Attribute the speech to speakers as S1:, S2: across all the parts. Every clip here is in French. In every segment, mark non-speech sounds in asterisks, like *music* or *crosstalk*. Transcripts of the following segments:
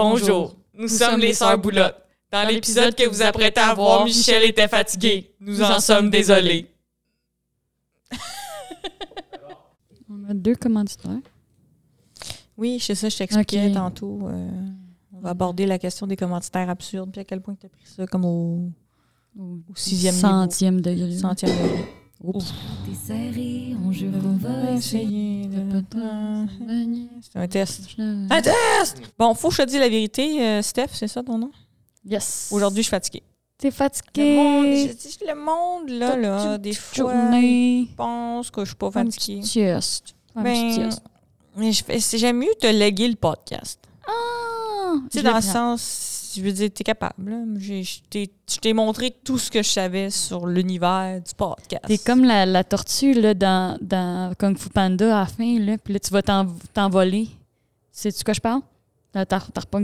S1: Bonjour, nous sommes les Sœurs Boulotte. Dans l'épisode que vous apprêtez à voir, Michel était fatigué. Nous en sommes désolés.
S2: On a deux commanditaires.
S3: Oui, c'est ça, je t'expliquais
S2: Ok.
S3: tantôt. euh, on va aborder la question des commanditaires absurdes, puis à quel point tu as pris ça comme au,
S2: Au
S3: au sixième
S2: centième degré.
S3: niveau. Centième niveau.
S2: Oups.
S4: T'es serré, on jure qu'on va essayer.
S3: essayer de- C'est un test.
S2: Yes.
S3: Un test! Bon, faut que je te dise la vérité, euh, Steph, c'est ça ton nom? Aujourd'hui, je suis fatiguée.
S2: t'es
S3: Le monde, je
S2: fatigué.
S3: dis, le monde, là, là, des fois, je
S2: Journée.
S3: pense que je suis pas
S2: Faire une
S3: fatiguée.
S2: petite sieste. Faire une petite
S3: Ben,
S2: sieste.
S3: mais je fais- c'est- j'aime mieux te léguer le podcast.
S2: Ah!
S3: Tu sais,
S2: Je
S3: dans le
S2: prends.
S3: sens, je veux dire, t'es capable. là. J'ai- Je t'ai- je t'ai montré tout ce que je savais sur l'univers du podcast.
S2: T'es comme la, la tortue là, dans, dans Kung Fu Panda à la fin, là, puis là, tu vas t'en- t'envoler. Sais-tu de quoi je parle? T'en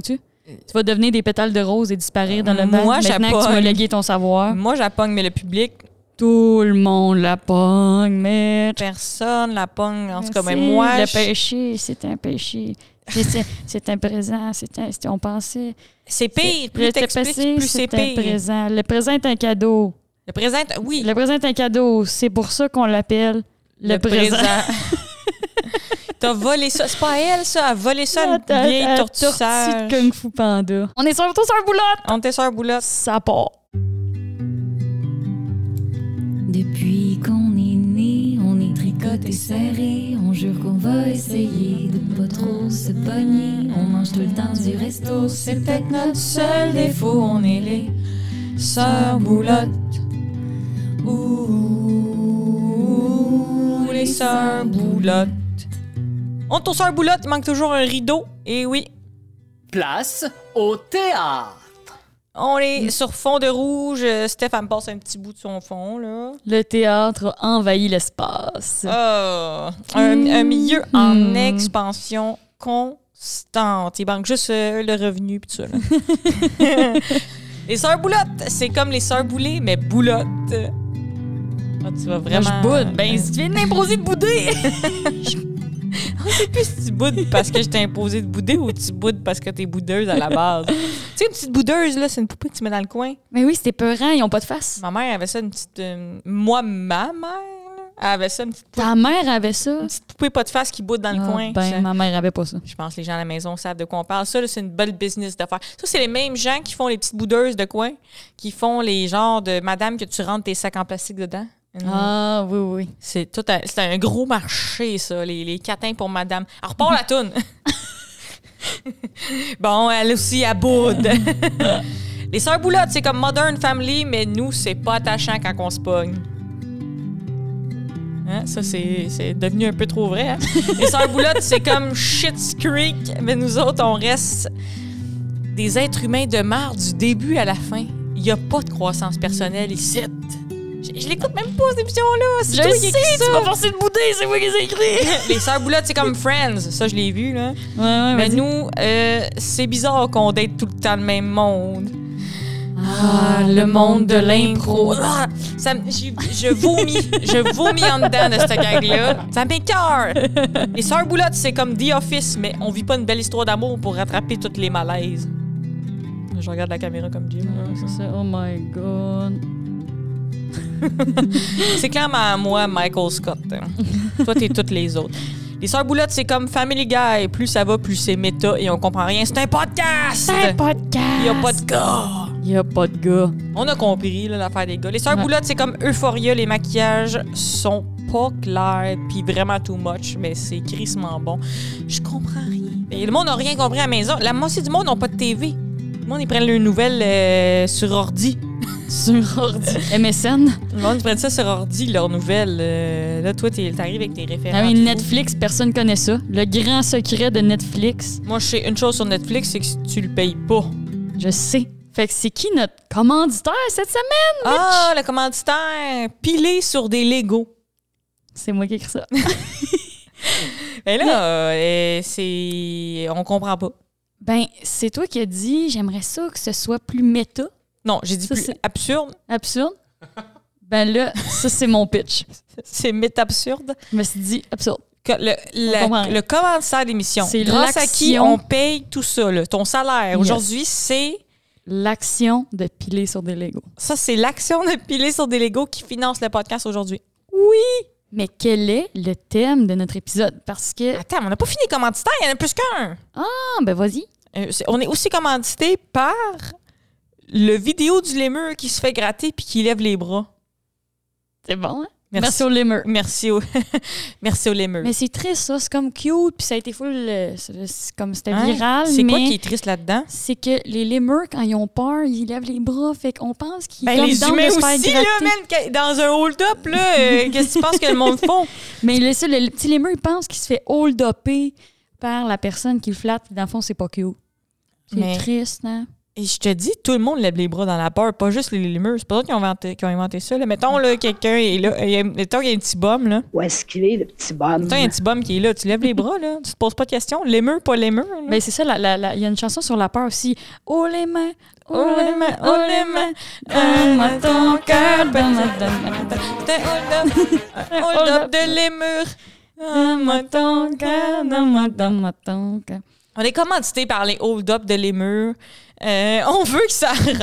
S2: tu Tu vas devenir des pétales de rose et disparaître dans le
S3: Euh. Moi,
S2: vent. Maintenant que tu
S3: j'appogne.
S2: m'as légué ton savoir,
S3: Moi, j'appogne, mais le public,
S2: tout le monde la pogne, mais...
S3: personne la pogne. En tout cas, mais
S2: C'est
S3: moi,
S2: Le
S3: je-
S2: péché, c'est un péché. C'est- C'est c'est un présent, c'est un... c'est- On pensait...
S3: c'est pire.
S2: Le
S3: Plus t'expliques,
S2: passé,
S3: plus c'est
S2: c'est un
S3: pire.
S2: présent. Le présent est un cadeau.
S3: Le présent, oui.
S2: Le présent est un cadeau. C'est pour ça qu'on l'appelle le, présent.
S3: *laughs* T'as volé ça. C'est pas elle, ça. Elle a volé ça à
S2: Ta-
S3: une vieille
S2: ta
S3: tortue
S2: tortue de Kung Fu Panda. On est surtout sur un boulotte.
S3: On était sur boulotte.
S2: Ça part.
S4: Depuis qu'on est né, on est tricoté serré. On jure qu'on va essayer de pas trop se pogner. On mange tout le temps du resto, c'est peut-être notre seul défaut. On est les
S3: Sœur Boulotte. Ouh, les sœurs Boulotte. On est aux sœurs Boulotte, il manque toujours un rideau. Et oui,
S5: Place au théâtre.
S3: on
S4: Mm.
S3: est sur fond de rouge. Euh, Steph, elle me passe un petit bout de son fond, là.
S2: Le théâtre envahit l'espace.
S3: Ah, un, un milieu en
S2: Hmm.
S3: expansion constante. Il manque juste euh, le revenu puis tout ça. *laughs* là. les sœurs Boulotte, c'est comme les sœurs Boulay, mais Boulotte. Ah, tu
S2: Moi,
S3: vas vraiment...
S2: je boude. Ben, si tu viens de m'imposer de bouder.
S3: plus si tu boudes parce que je t'ai imposé de bouder ou tu boudes parce que t'es boudeuse à la *laughs* base. tu sais, une petite boudeuse, là, c'est une poupée que tu mets dans le coin.
S2: *laughs* Mais oui, c'était peurant. Ils ont pas de face.
S3: Ma mère avait ça, une petite. euh, moi, ma mère, là, elle avait ça, une petite,
S2: Ta mère avait ça.
S3: une petite poupée pas de face qui boude dans le
S2: Ah,
S3: coin.
S2: ben,
S3: Ça-
S2: ma mère avait pas ça.
S3: Je pense que les gens à la maison savent de quoi on parle. Ça, là, c'est une belle business d'affaires. Ça, c'est les mêmes gens qui font les petites boudeuses de coin, qui font les genres de madame que tu rentres tes sacs en plastique dedans. Une-
S2: Ah, oui, oui.
S3: C'est tout un, c'est un gros marché, ça, les, les catins pour madame. Alors, repart la toune. *laughs* bon, elle aussi, à boude. *laughs* les sœurs boulottes, c'est comme Modern Family, mais nous, c'est pas attachant quand on se pogne. Hein, Ça, c'est c'est devenu un peu trop vrai. hein? Les sœurs boulottes, c'est comme Shit's Creek, mais nous autres, on reste des êtres humains de marre du début à la fin. Il n'y a pas de croissance personnelle ici. Je, je l'écoute même pas, cette émission-là. C'est
S2: Je
S3: toi
S2: le
S3: qui
S2: sais,
S3: écris ça.
S2: tu m'as forcé de bouder. C'est moi qui ai écrit.
S3: Les sœurs boulottes, c'est comme Friends. Ça, je l'ai vu, là.
S2: Ouais, ouais,
S3: Mais
S2: vas-y.
S3: nous, euh, c'est bizarre qu'on date tout le temps le même monde.
S2: Ah, le monde de l'impro.
S3: Ah, ça me- j'ai- je vomis. je vomis en dedans de cette gag-là. Ça m'écœure. Les sœurs boulottes, c'est comme The Office, mais on vit pas une belle histoire d'amour pour rattraper toutes les malaises. Je regarde la caméra comme Jim. là.
S2: Ah, c'est ça. Oh my god.
S3: C'est clairement à moi, Michael Scott. hein.
S2: *laughs*
S3: Toi, t'es toutes les autres. Les sœurs boulottes, c'est comme Family Guy. Plus ça va, plus c'est méta et on comprend rien. C'est un podcast!
S2: C'est un podcast.
S3: Il y a pas de gars!
S2: Y a pas de gars.
S3: On a compris là, l'affaire des gars. Les sœurs
S2: Ouais.
S3: boulottes, c'est comme Euphoria. Les maquillages sont pas clairs puis vraiment too much, mais c'est crissement bon. Je comprends rien. Et le monde n'a rien compris à la maison. La moitié du monde n'a pas de TV. Le monde, ils prennent leurs nouvelles euh, sur ordi.
S2: Sur ordi. MSN.
S3: Le monde, ils prennent ça sur ordi, leurs nouvelles. Euh, là, toi, t'es- t'arrives avec tes références.
S2: Ah oui, Netflix, personne connaît ça. Le grand secret de Netflix,
S3: Moi, je sais une chose sur Netflix, c'est que si tu le payes pas.
S2: je sais. Fait que c'est qui notre commanditaire cette semaine?
S3: Ah, le commanditaire! Pilé sur des Legos.
S2: C'est moi qui ai écrit ça.
S3: Mais là, euh, c'est. On comprend pas.
S2: Ben, c'est toi qui as dit, j'aimerais ça que ce soit plus méta,
S3: Non, j'ai dit
S2: Ça,
S3: plus
S2: c'est-
S3: absurde.
S2: absurde. Ben là, ça, c'est mon pitch.
S3: C'est mythe absurde.
S2: Je me suis dit, absurde.
S3: que le, la-
S2: comprend.
S3: le commentaire de l'émission.
S2: C'est
S3: Grâce à qui
S2: l'action.
S3: on paye tout ça, là, ton salaire.
S2: Yes.
S3: Aujourd'hui, c'est
S2: L'action de piler sur des Legos.
S3: ça, c'est l'action de piler sur des Legos qui finance le podcast aujourd'hui.
S2: Mais quel est le thème de notre épisode? Parce que.
S3: Attends, mais on n'a pas fini commanditaire, il y en a plus qu'un.
S2: Ah, ben vas-y.
S3: Euh, c'est- on est aussi commandité par le vidéo du lémur qui se fait gratter puis qui lève les bras.
S2: C'est bon, hein?
S3: Merci.
S2: au Limmer.
S3: Merci au, *laughs* Merci au lémur.
S2: Mais c'est triste, ça. C'est comme cute, puis ça a été full. euh, c'est- c'est comme c'était
S3: Hein?
S2: viral.
S3: C'est quoi
S2: mais
S3: qui est triste là-dedans?
S2: C'est que les lemurs, quand ils ont peur, ils lèvent les bras. Fait qu'on pense qu'ils
S3: Ben,
S2: comme
S3: les
S2: down de
S3: humains
S2: se faire
S3: aussi, là,
S2: gratter.
S3: man, que- dans un hold-up, là,
S2: *laughs*
S3: euh, qu'est-ce que tu penses que le monde font?
S2: Mais le, ça, le, le petit lémur, il pense qu'il se fait hold-upper par la personne qui le flatte. Puis dans le fond, c'est pas cute. C'est
S3: Mais-
S2: triste, hein?
S3: Et je te dis, tout le monde lève les bras dans la peur, pas juste les lémurs. C'est pas eux qui ont inventé, qui ont inventé ça. Là. Mettons, là, quelqu'un est là, il y a, mettons qu'il y a un petit bum, là.
S6: Où est-ce qu'il est, le petit bonhomme?
S3: Mettons, il y a un petit bum qui est là, tu lèves les bras, là. Tu te poses pas de questions. Lémur, pas lémur. là.
S2: Ben, c'est ça, la- la- la- il y a une chanson sur la peur aussi. Oh les mains,
S3: Oh les mains, oh les mains, donne-moi ton cœur, donne-moi, donne-moi, donne-moi. T'es *laughs* hold up, hold up de lémur. Donne-moi ton cœur, donne-moi, donne-moi. On est commandité par les hold-up de l'émur. Euh, on veut que ça *laughs* arrête.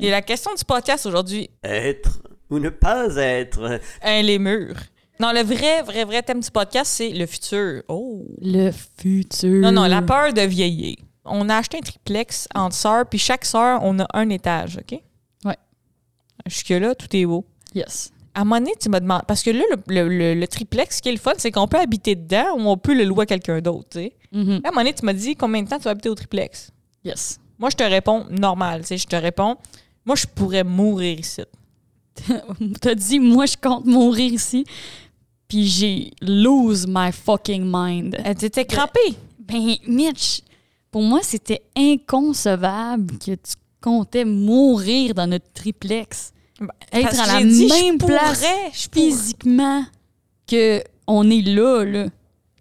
S3: Et la question du podcast aujourd'hui,
S7: Être ou ne pas être.
S3: un lémur. Non, le vrai, vrai, vrai thème du podcast, c'est le futur. Oh!
S2: Le futur.
S3: Non, non, la peur de vieillir. On a acheté un triplex entre sœurs, puis chaque sœur, on a un étage, OK?
S2: Ouais.
S3: Jusque-là, tout est beau.
S2: Yes.
S3: À un moment donné, tu me demandes. Parce que là, le, le- le- le triplex, ce qui est le fun, c'est qu'on peut habiter dedans ou on peut le louer à quelqu'un d'autre, tu sais.
S2: Mhm.
S3: Là, à un moment donné, tu m'as dit combien de temps tu vas habiter au triplex?
S2: Yes.
S3: Moi, je te réponds normal. Tu sais, je te réponds, moi, je pourrais mourir ici.
S2: *laughs* T'as dit, moi, je compte mourir ici. Puis j'ai lose my fucking mind.
S3: Tu étais crampée.
S2: Ben, Mitch, pour moi, c'était inconcevable que tu comptais mourir dans notre triplex.
S3: Bah, parce
S2: Être
S3: que
S2: à la
S3: j'ai dit, je
S2: même place
S3: pourrais, je pourrais.
S2: physiquement que on est là, là.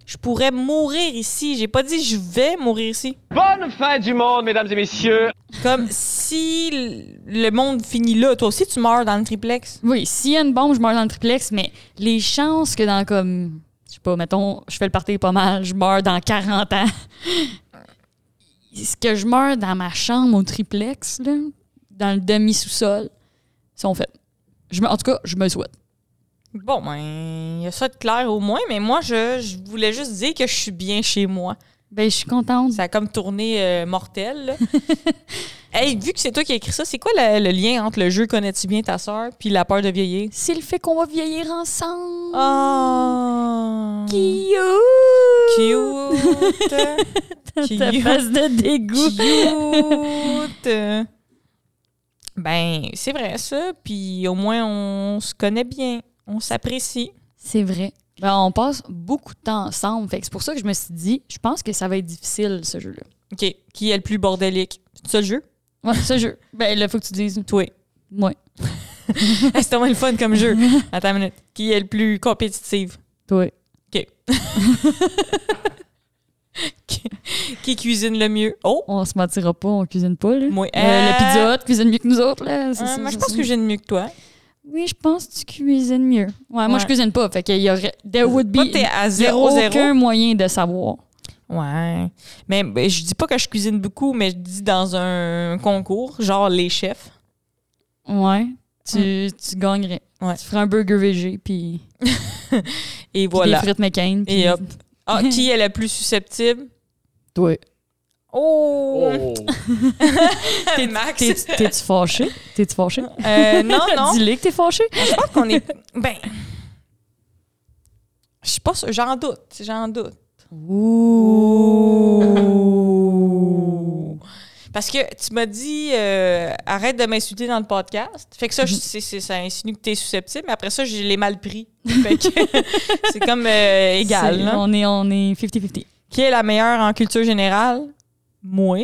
S3: Je pourrais mourir ici. J'ai pas dit je vais mourir ici.
S8: Bonne fin du monde, mesdames et messieurs.
S2: *laughs*
S3: Comme si l- le monde finit là, toi aussi, tu meurs dans le triplex.
S2: Oui, s'il y a une bombe, je meurs dans le triplex, mais les chances que dans comme, je sais pas, mettons, je fais le party pas mal, je meurs dans 40 ans. *laughs* Est-ce que je meurs dans ma chambre au triplex, là, dans le demi-sous-sol? Sont faites. Je me- en tout cas, je me le souhaite.
S3: Bon, ben, il y a ça de clair au moins, mais moi, je, je voulais juste dire que je suis bien chez moi.
S2: Ben, je suis contente.
S3: Ça a comme tourné euh, mortel. là. hey, vu que c'est toi qui as écrit ça, c'est quoi la- le lien entre le jeu Connais-tu bien ta sœur puis la peur de vieillir?
S2: C'est le fait qu'on va vieillir ensemble.
S3: Ah, Oh!
S2: Cute!
S3: Cute!
S2: Ta
S3: Cute.
S2: face de dégoût.
S3: Cute! ben, c'est vrai ça. Puis au moins, on se connaît bien. On s'apprécie.
S2: C'est vrai. Ben, on passe beaucoup de temps ensemble. Fait que c'est pour ça que je me suis dit, je pense que ça va être difficile, ce jeu-là.
S3: OK. Qui est le plus bordélique? C'est ça le jeu? *laughs*
S2: Ouais, ce jeu. Ben, là, faut que tu dises.
S3: Toi.
S2: Moi.
S3: Ah, c'est tellement le fun comme jeu. Attends une minute. Qui est le plus compétitive?
S2: Toi.
S3: Qui cuisine le mieux? Oh!
S2: On se mentira pas, on cuisine pas, là.
S3: Moi.
S2: Euh,
S3: Euh,
S2: Le pizza Hut cuisine mieux que nous autres, là. C'est
S3: euh,
S2: ça,
S3: moi, je
S2: c'est
S3: pense
S2: ça.
S3: que j'ai de mieux que toi.
S2: Oui, je pense que tu cuisines mieux. Ouais, moi,
S3: Ouais.
S2: je cuisine pas. Fait qu'il y aurait. There would be.
S3: Toi, t'es à
S2: il y a
S3: 0-0.
S2: aucun moyen de savoir.
S3: Ouais. Mais ben, je dis pas que je cuisine beaucoup, mais je dis dans un concours, genre les chefs.
S2: Ouais. Tu, tu gagnerais.
S3: Ouais.
S2: Tu ferais un burger VG, puis puis
S3: Et voilà.
S2: des frites McCain. puis-
S3: Et hop. Ah, qui est la plus susceptible?
S2: Toi.
S3: Oh! T'es *laughs* Max.
S2: T'es- T'es-tu fâché? T'es-tu fâché?
S3: Euh, *laughs* non, non.
S2: Dis-le que t'es fâché.
S3: Je pense qu'on est. Ben. Je suis pas sûre. J'en doute. J'en doute. Ouh. Parce que tu m'as dit euh, arrête de m'insulter dans le podcast. Fait que
S2: Mm-hmm.
S3: ça, je- c'est- c'est- ça insinue que t'es susceptible, mais après ça, je l'ai mal pris. Fait que *laughs* c'est comme euh, égal.
S2: C'est-
S3: là.
S2: On est, on est 50-50.
S3: Qui est la meilleure en culture générale? Moi.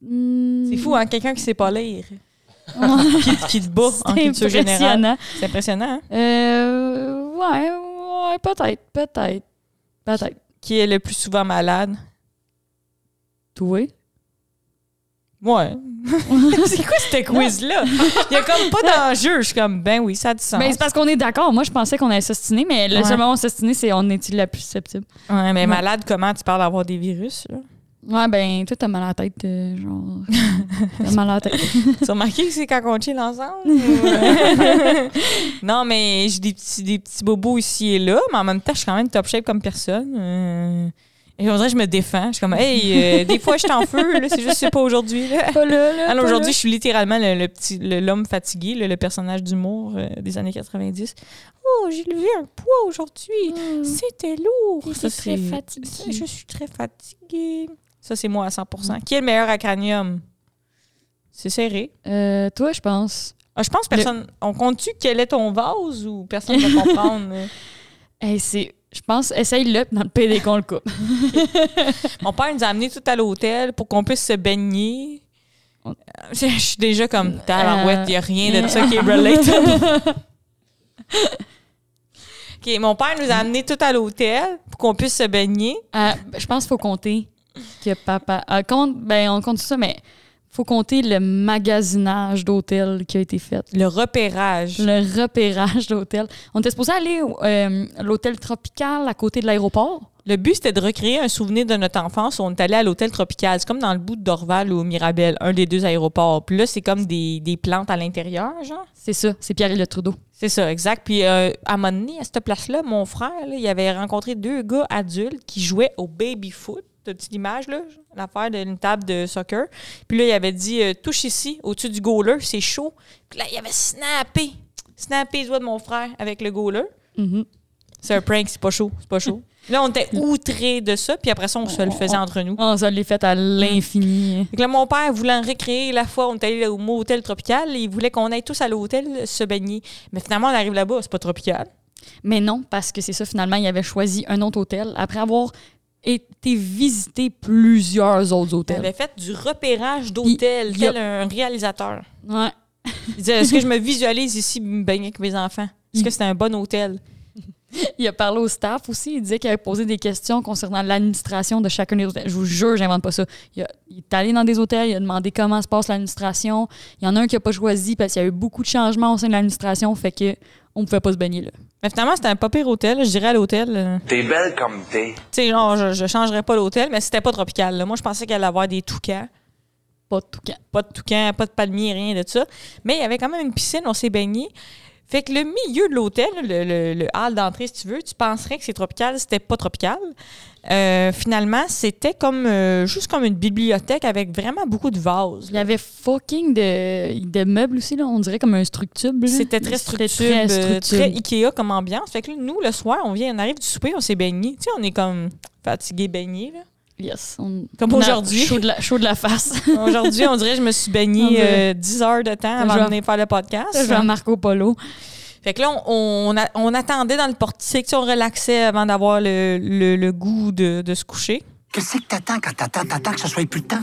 S2: Hmm.
S3: C'est fou, hein? Quelqu'un qui sait pas lire. qui, qui te bat en
S2: C'est
S3: culture générale.
S2: impressionnant.
S3: C'est impressionnant, hein?
S2: Euh, ouais, ouais, peut-être, peut-être. Peut-être.
S3: Qui est le plus souvent malade?
S2: Toi? *laughs*
S3: Ouais. c'est quoi ce quiz-là? Il y a comme pas d'enjeu. Je suis comme, ben oui, ça a du sens.
S2: Ben, c'est parce qu'on est d'accord. Moi, je pensais qu'on allait s'ostiner, mais le
S3: Ouais.
S2: seul moment où on s'ostinait, c'est on est-il la plus susceptible.
S3: Ouais, mais malade, comment tu parles d'avoir des virus? Là?
S2: Ouais, ben, toi, t'as mal à la tête, euh, *laughs* genre. t'as mal à la tête.
S3: Tu as remarqué que c'est quand on chill ensemble?
S2: *laughs*
S3: ou- euh? non, mais j'ai des petits, des petits bobos ici et là, mais en même temps, je suis quand même top shape comme personne. Euh, Et on dirait que je me défends. Je suis comme, hey, euh, des fois, je suis en feu, là, c'est juste que c'est pas aujourd'hui. là.
S2: *laughs* Pas là, là.
S3: Ah non,
S2: pas
S3: aujourd'hui, je suis littéralement le, le petit le- l'homme fatigué, le, le personnage d'humour euh, des années 90. Oh, j'ai levé un poids aujourd'hui. C'était lourd.
S2: J'étais très
S3: c'est-
S2: fatiguée.
S3: ça, Je suis très fatiguée. Ça, c'est moi à 100 Qui est le meilleur acranium? C'est serré.
S2: là. Euh, toi, je pense.
S3: Ah, je pense que personne. On compte-tu quel est ton vase ou personne ne va comprendre? euh?
S2: Hey, c'est. Je pense, essaye-le, puis dans le PD qu'on le *laughs* coupe.
S3: Mon père nous a amenés tout à l'hôtel pour qu'on puisse se baigner.
S2: On-
S3: *laughs* Je suis déjà comme, tabarouette,
S2: Euh,
S3: il n'y a rien de ça qui est relatable.
S2: *laughs*
S3: OK, mon père nous a amenés tout à l'hôtel pour qu'on puisse se baigner.
S2: Ah, ben, je pense qu'il faut compter que papa. ah, compte, ben, on compte ça, mais faut compter le magasinage d'hôtel qui a été fait.
S3: Le repérage.
S2: Le repérage d'hôtel. On était supposé aller au, euh, à l'hôtel tropical à côté de l'aéroport.
S3: Le but, c'était de recréer un souvenir de notre enfance. On est allé à l'hôtel tropical. C'est comme dans le bout de Dorval ou au Mirabel, un des deux aéroports. Puis là, c'est comme des, des plantes à l'intérieur, genre.
S2: C'est ça, c'est Pierre Le Trudeau.
S3: C'est ça, exact. Puis euh, à un moment donné, à cette place-là, mon frère, là, il avait rencontré deux gars adultes qui jouaient au baby-foot. T'as-tu l'image, là? L'affaire d'une table de soccer. Puis là, il avait dit euh, touche ici, au-dessus du goaler, c'est chaud. Puis là, il avait snappé, snappé les doigts de mon frère avec le goaler.
S2: Mhm.
S3: C'est un prank, c'est pas chaud, c'est pas chaud. Là, on était outrés de ça, puis après ça, on se le faisait entre nous.
S2: On Oh, ça l'est fait à l'infini.
S3: Fait que là, mon père, voulant récréer la fois où on est allé au motel tropical, il voulait qu'on aille tous à l'hôtel se baigner. Mais finalement, on arrive là-bas, c'est pas tropical.
S2: Mais non, parce que c'est ça, finalement, il avait choisi un autre hôtel après avoir été visité plusieurs autres
S3: Tu
S2: hôtels.
S3: avais fait du repérage d'hôtel,
S2: Il- il y a-
S3: tel
S2: *laughs*
S3: un réalisateur.
S2: Ouais.
S3: Il disait Est-ce que je me visualise ici me baigner avec mes enfants Est-ce que c'est un bon hôtel
S2: Il a parlé au staff aussi. Il disait qu'il avait posé des questions concernant l'administration de chacun des hôtels. Je vous jure, j'invente pas ça. Il, a- il est allé dans des hôtels, il a demandé comment se passe l'administration. Il y en a un qui a pas choisi parce qu'il y a eu beaucoup de changements au sein de l'administration, fait que on pouvait pas se baigner là.
S3: Mais finalement, c'était un pas pire hôtel. Je dirais à l'hôtel. euh,
S6: T'es belle comme t'es.
S3: Tu sais, genre, je, je changerais pas l'hôtel, mais c'était pas tropical. là. Moi, je pensais qu'il allait avoir des toucans.
S2: Pas de tout cas.
S3: Pas de toucans, pas de palmiers, rien de ça. Mais il y avait quand même une piscine, on s'est baigné. Fait que le milieu de l'hôtel, le, le- le hall d'entrée, si tu veux, tu penserais que c'est tropical, c'était pas tropical. Euh, finalement, c'était comme euh, juste comme une bibliothèque avec vraiment beaucoup de vases.
S2: Il y avait fucking de, de meubles aussi là. On dirait comme un structube. là.
S3: C'était très
S2: Mm-hmm. C'était
S3: structuré, euh,
S2: très
S3: très,
S2: structube.
S3: Ikea comme ambiance. Fait que là, nous, le soir, on vient, on arrive du souper, on s'est baigné. Tu sais, on est comme fatigué, baigné. là.
S2: Yes. on-
S3: Comme
S2: on a
S3: aujourd'hui.
S2: Chaud de la, chaud de la
S3: *laughs*
S2: face.
S3: Aujourd'hui, on dirait que je me suis
S2: On
S3: baigné
S2: dirait.
S3: euh, 10 heures de temps avant
S2: Genre.
S3: de venir faire le podcast.
S2: Je vais à Marco Polo.
S3: Fait que là, on, on, a- on attendait dans le portique, tu sais, on relaxait avant d'avoir le, le- le goût de, de se coucher.
S6: Que c'est que t'attends quand t'attends, t'attends que ce soit plus le temps?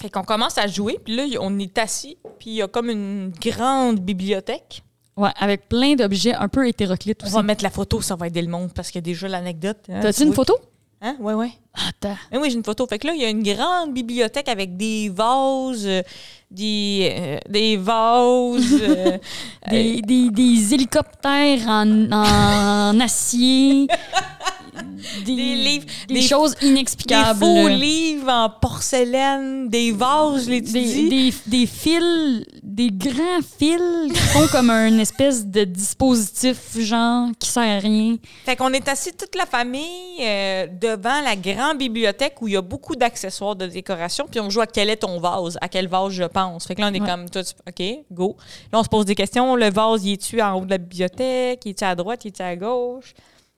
S3: Fait qu'on commence à jouer, puis là, on est assis, puis il y a comme une grande bibliothèque.
S2: Ouais, avec plein d'objets un peu hétéroclites
S3: On
S2: aussi.
S3: va mettre la photo, ça va aider le monde, parce qu'il y a déjà l'anecdote. hein,
S2: T'as-tu une
S3: vois.
S2: photo?
S3: Hein? Ouais, ouais.
S2: Attends.
S3: Ah oui, j'ai une photo. Fait que là, il y a une grande bibliothèque avec des vases, euh, des, euh, des vases. euh,
S2: Des, des, des hélicoptères en, en *laughs* acier. Des,
S3: Des livres-
S2: Des,
S3: des-
S2: choses
S3: des
S2: inexplicables.
S3: faux livres en porcelaine, des vases, les
S2: Des,
S3: dis.
S2: des, des fils, des grands fils qui font comme un espèce de dispositif, genre, qui sert à rien.
S3: Fait qu'on est assis toute la famille euh, devant la grande bibliothèque où il y a beaucoup d'accessoires de décoration. Puis on joue à quel est ton vase, à quel vase je pense. Fait que là, on est
S2: Ouais.
S3: comme, toi, tu- OK, go. Là, on se pose des questions. Le vase, il est-tu en haut de la bibliothèque? Il est-tu à droite? Il est-tu à gauche?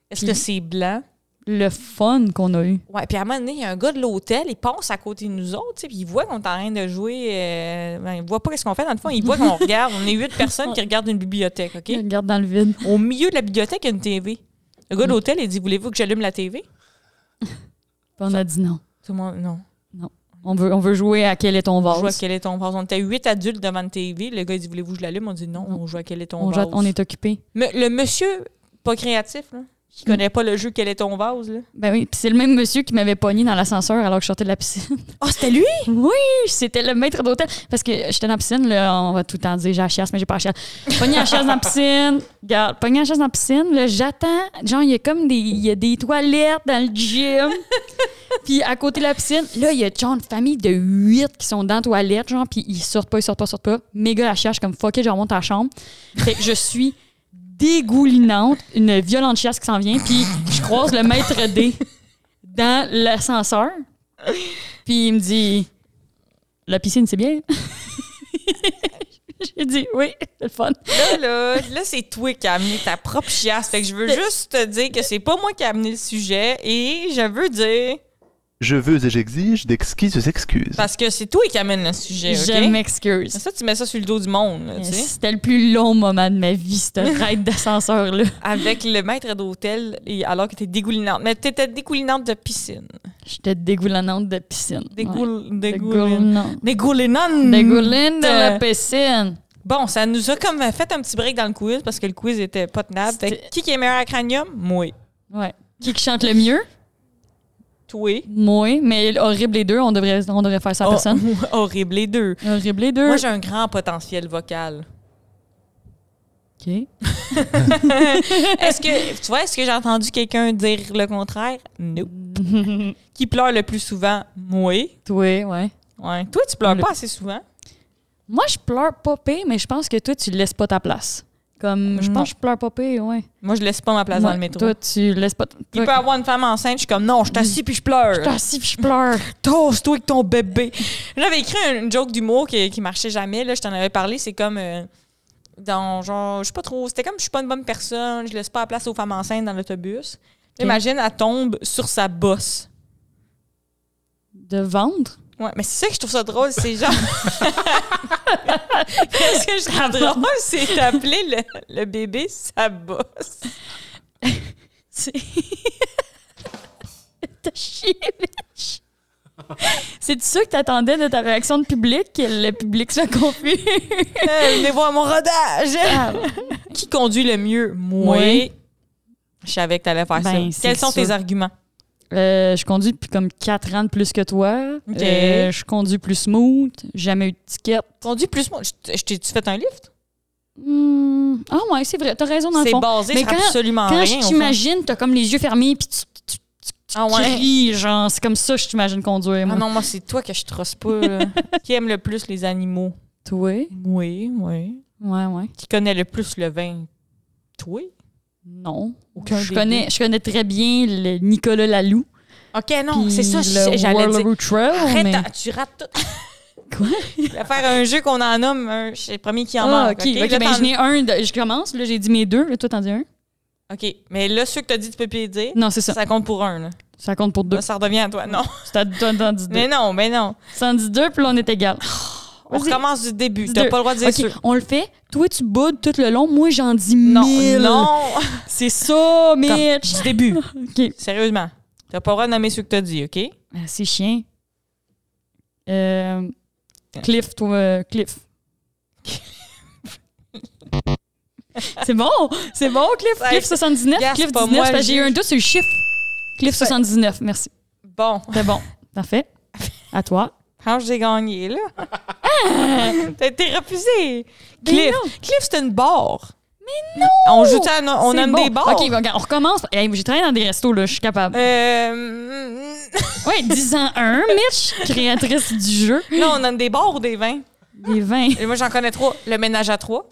S3: Est-ce que
S2: Puis-
S3: c'est blanc?
S2: Le fun qu'on a eu.
S3: Ouais, puis à un moment donné, il y a un gars de l'hôtel, il passe à côté de nous autres, tu sais, puis il voit qu'on est en train de jouer. euh, ben, il voit pas ce qu'on fait, dans le
S2: *laughs*
S3: fond, il voit qu'on regarde. On est huit personnes qui regardent une bibliothèque, OK?
S2: Il regarde dans le vide.
S3: Au milieu de la bibliothèque, il y a une TV. Le gars de l'hôtel, il dit Voulez-vous que j'allume la TV
S2: Puis on a dit non.
S3: Tout le monde, non.
S2: On veut, on veut jouer à quel est ton
S3: On joue à
S2: vase.
S3: quel est ton vase. On était huit adultes devant une TV. Le gars, il dit Voulez-vous que je l'allume On dit non, on joue à quel est ton
S2: On, joue
S3: vase.
S2: à- on est occupé.
S3: Me- le monsieur, pas créatif, là, qui connaît pas le jeu Quel est ton vase, là.
S2: Ben oui, puis c'est le même monsieur qui m'avait pogné dans l'ascenseur alors que je sortais de la piscine.
S3: Ah, c'était lui?
S2: *laughs* Oui, c'était le maître d'hôtel. Parce que j'étais dans la piscine, là, on va tout le temps dire j'ai la chiasse, mais j'ai pas la chiasse. Pogné la chiasse dans la piscine, regarde, pogné la chiasse dans la piscine, là, j'attends. Genre, il y a comme des, il y a des toilettes dans le
S3: *laughs*
S2: gym. puis à côté de la piscine, là, il y a genre une famille de huit qui sont dans la toilette, genre, puis ils sortent pas, ils sortent pas, ils sortent pas. Méga la chiasse, je suis comme fuck it, je remonte à la chambre. Fait que je suis dégoulinante, une violente chiasse qui s'en vient, puis je croise le maître D dans l'ascenseur. Puis il me dit La piscine, c'est bien. *laughs* J'ai dit Oui, c'est le fun.
S3: Là, là, là, c'est toi qui as amené ta propre chiasse. Fait que je veux juste te dire que c'est pas moi qui ai amené le sujet et je veux dire.
S9: Je veux et j'exige d'exquises excuses.
S3: Parce que c'est toi qui amène le sujet, OK?
S2: Je m'excuse.
S3: Ça, tu mets ça sur le dos du monde, là, tu sais.
S2: C'était le plus long moment de ma vie, cette raide d'ascenseur-là.
S3: Avec le maître d'hôtel, et alors que t'es dégoulinante. Mais t'étais dégoulinante de piscine.
S2: J'étais dégoulinante de piscine.
S3: Dégoul...
S2: Ouais.
S3: Dégoulinante.
S2: Dégoulinante.
S3: Dégoulinante.
S2: Dégouline de
S3: Mmh.
S2: la piscine.
S3: Bon, ça nous a comme fait un petit break dans le quiz parce que le quiz était pas tenable. Fait que qui qui est meilleur à cranium? Moi.
S2: Ouais. Qui qui chante le mieux?
S3: Toi.
S2: Moi, mais horrible les deux, on devrait, on devrait faire ça à
S3: Oh,
S2: personne.
S3: horrible, les deux.
S2: Horrible les deux.
S3: Moi, j'ai un grand potentiel vocal.
S2: OK.
S3: Est-ce
S2: *laughs*
S3: que, tu vois, est-ce que j'ai entendu quelqu'un dire le contraire? Non. qui pleure le plus souvent? Moi.
S2: Toi, ouais.
S3: Ouais. Toi, tu pleures
S2: Le-
S3: pas assez souvent.
S2: Moi, je pleure pas pire, mais je pense que toi, tu laisses pas ta place. Comme, je
S3: Non.
S2: pense que je pleure pas pire, ouais.
S3: Moi, je laisse pas ma place dans
S2: Ouais,
S3: le métro.
S2: Toi, tu laisses pas.
S3: Il
S2: toi,
S3: peut avoir une femme enceinte, je suis comme non, je t'assis puis je pleure.
S2: Je suis assis puis je pleure. *laughs*
S3: Tosse, toi avec ton bébé. J'avais écrit un- une joke d'humour qui, qui marchait jamais. Là, je t'en avais parlé. C'est comme euh, dans genre, je sais pas trop. C'était comme je suis pas une bonne personne, je laisse pas la place aux femmes enceintes dans l'autobus.
S2: Ok.
S3: Imagine, elle tombe sur sa bosse.
S2: De vendre?
S3: Ouais, mais c'est ça que je trouve ça drôle, c'est *laughs* genre. Qu'est-ce que je trouve drôle, c'est d'appeler le, le bébé sa bosse.
S2: C'est. *laughs* T'as chié, bitch. C'est ça que t'attendais de ta réaction de public que le public soit confus?
S3: *laughs* Hey, venez voir mon rodage!
S2: Ah.
S3: Qui conduit le mieux? Moi.
S2: Moi.
S3: Je savais que t'allais faire
S2: Ben,
S3: ça.
S2: c'est
S3: Quels sont tes
S2: sûr.
S3: arguments?
S2: Euh, je conduis depuis comme 4 ans de plus que toi.
S3: Ok.
S2: Euh, je conduis plus smooth. Jamais eu de ticket.
S3: Conduis plus moi. Je je t'ai-tu fait un lift?
S2: Hmm. Ah ouais, c'est vrai. T'as raison dans le
S3: C'est
S2: fond.
S3: basé
S2: Mais
S3: sur
S2: quand-
S3: absolument
S2: Quand
S3: rien. au
S2: je
S3: fond.
S2: t'imagine, t'as comme les yeux fermés puis tu, tu, tu- tu
S3: Ah ouais?
S2: cries, genre. C'est comme ça que je t'imagine conduire,
S3: Ah
S2: moi.
S3: non, moi, c'est toi que je trosse pas. là.
S2: *laughs*
S3: Qui aime le plus les animaux?
S2: Toi?
S3: Oui, oui.
S2: Ouais, ouais.
S3: Qui connaît le plus le vin? Toi?
S2: Non.
S3: Aucun
S2: je,
S3: des
S2: connais, je connais très bien le Nicolas Laloux.
S3: OK, non,
S2: puis
S3: c'est ça,
S2: le
S3: je- j'allais dire.
S2: Wallaroo Trail,
S3: Arrête,
S2: mais-
S3: t'as- tu rates tout.
S2: *laughs* Quoi?
S3: Je vais faire un jeu qu'on en nomme, un, c'est le premier qui en
S2: Ah,
S3: manque.
S2: ok.
S3: OK,
S2: Ok,
S3: Là,
S2: ben,
S3: t'en-
S2: j'en ai un. de- je commence, là, j'ai dit mes deux. Là, toi, t'en dis un?
S3: OK, mais là, ceux que t'as dit, tu peux plus les dire.
S2: Non, c'est
S3: Ça.
S2: ça.
S3: compte pour un, là.
S2: Ça compte pour deux.
S3: Là, ça redevient à toi. Non.
S2: T'as- T'en t'en dis deux.
S3: Mais non, mais non.
S2: T'en dis deux, puis là, on est
S3: *laughs*
S2: égal.
S3: On
S2: Vas-y.
S3: recommence du début.
S2: Dis
S3: T'as
S2: deux.
S3: pas le droit de dire
S2: Ok,
S3: ceux.
S2: on le fait. Toi, tu boudes tout le long. Moi, j'en dis
S3: Non,
S2: mille.
S3: non.
S2: C'est ça, Mitch.
S3: Du
S2: *laughs*
S3: début.
S2: OK.
S3: Sérieusement. T'as pas le droit de nommer ceux que t'as dit, OK?
S2: Ah, c'est chien. Euh, Cliff, toi, euh, Cliff. *laughs* c'est bon, c'est bon, Cliff. Cliff 79,
S3: Regarde,
S2: Cliff
S3: c'est pas
S2: 19,
S3: moi,
S2: parce que
S3: le
S2: j'ai eu un
S3: juge.
S2: doute sur le chiffre. Cliff 79, merci.
S3: Bon.
S2: C'est
S3: *laughs*
S2: bon, parfait. À toi.
S3: Quand j'ai
S2: *laughs*
S3: gagné, là. T'as été refusé. Cliff.
S2: non.
S3: Cliff, c'est une barre. Mais non. On joue à no- on
S2: C'est
S3: nomme
S2: bon.
S3: des barres.
S2: OK, regarde, on recommence. Hey, j'ai travaillé dans des restos, là, je suis capable.
S3: Euh, *laughs*
S2: Ouais, 10 ans 1, Mitch, créatrice du jeu.
S3: là, on nomme des barres ou des vins.
S2: Des 20.
S3: Et moi, j'en connais trois. Le ménage à trois,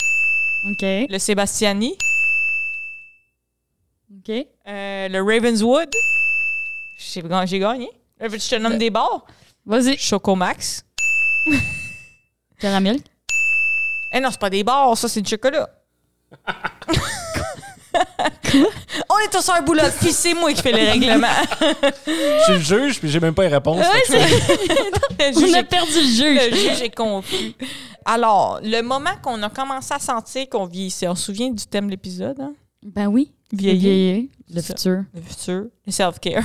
S2: OK,
S3: le Sebastiani,
S2: OK.
S3: euh, le Ravenswood. J'ai ga- j'ai gagné. Euh, Je te nomme des bars.
S2: Vas-y.
S3: Chocomax.
S2: Caramel.
S3: Eh non, c'est pas des bars, ça, c'est
S2: *laughs*
S3: du chocolat. On est tous sur un boulot, puis c'est moi qui fais les règlements.
S10: Je suis le juge, puis j'ai même pas les réponses.
S2: Ouais, c'est-
S3: *laughs* Le
S2: on
S3: juge
S2: a
S3: est-
S2: perdu le
S3: le
S2: jeu.
S3: juge est confus. Alors, le moment qu'on a commencé à sentir qu'on vieillissait, on se souvient du thème de l'épisode, hein?
S2: Ben oui.
S3: Vieillir,
S2: le
S3: Ça.
S2: futur.
S3: le futur, le self-care.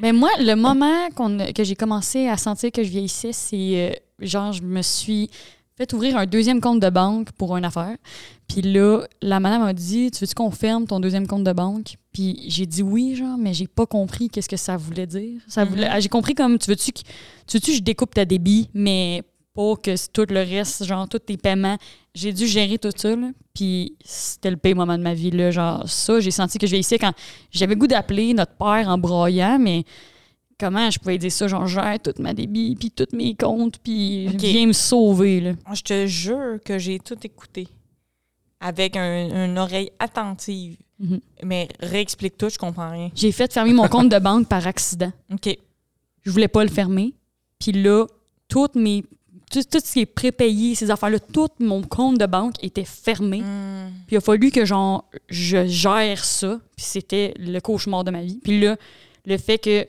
S2: Ben moi, le moment qu'on, que j'ai commencé à sentir que je vieillissais, c'est euh, genre, je me suis fait ouvrir un deuxième compte de banque pour une affaire. Puis là, la madame a dit Tu veux-tu qu'on ferme ton deuxième compte de banque Puis j'ai dit oui, genre, mais j'ai pas compris qu'est-ce que ça voulait dire. Ça voulait... Ah, J'ai compris comme Tu veux-tu que tu veux-tu que je découpe ta débit, mais pas que c'est tout le reste, genre, tous tes paiements. J'ai dû gérer tout ça, là. Puis c'était le pire moment de ma vie, là. Genre, ça, j'ai senti que je vais ici quand j'avais le goût d'appeler notre père en broyant, mais comment je pouvais dire ça? Genre, gère toute ma débit, puis tous mes comptes, puis
S3: Ok.
S2: viens me sauver, là.
S3: Je te jure que j'ai tout écouté avec un- une oreille attentive.
S2: Mhm.
S3: Mais réexplique tout, je comprends rien.
S2: J'ai fait fermer mon compte de banque par accident.
S3: OK.
S2: Je voulais pas le fermer. Puis là, toutes mes, tout, tout ce qui est prépayé, ces affaires-là, tout mon compte de banque était
S3: Mm.
S2: fermé.
S3: Hmm.
S2: Puis il a fallu que genre, je gère ça. Puis c'était le cauchemar de ma vie. Puis là, le fait que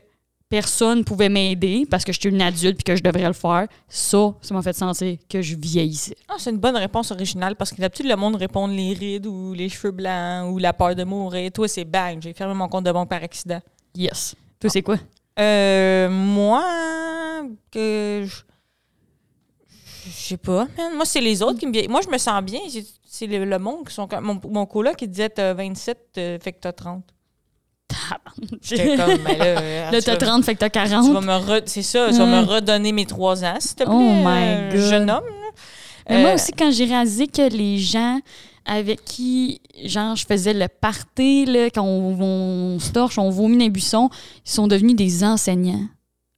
S2: personne pouvait m'aider parce que j'étais une adulte puis que je devrais le faire, ça, ça m'a fait sentir que je vieillissais.
S3: Ah, c'est une bonne réponse originale parce que d'habitude, le monde répond les rides ou les cheveux blancs ou la peur de mourir. Toi, c'est bang, j'ai fermé mon compte de banque par accident.
S2: Yes. Toi,
S3: Ah.
S2: c'est quoi?
S3: Euh, moi, que je. Je sais pas, man. Moi, c'est les autres qui me vieillissent. Moi, je me sens bien. J'ai- C'est le, le monde qui sont comme. Mon, mon coloc, qui disait T'as 27, euh, fait que t'as 30. J'étais comme,
S2: *laughs*
S3: mais là. euh,
S2: Là,
S3: tu
S2: t'as
S3: vas-
S2: 30, fait que t'as
S3: Tu
S2: 40.
S3: vas me re- C'est ça, tu vas
S2: Ouais.
S3: me redonner mes 3 ans, s'il te plaît.
S2: Oh my
S3: euh,
S2: God.
S3: Jeune homme. là.
S2: Mais
S3: Euh,
S2: moi aussi, quand j'ai réalisé que les gens avec qui, genre, je faisais le party, là, quand on, on se torche, on vomit dans les buissons, ils sont devenus des enseignants.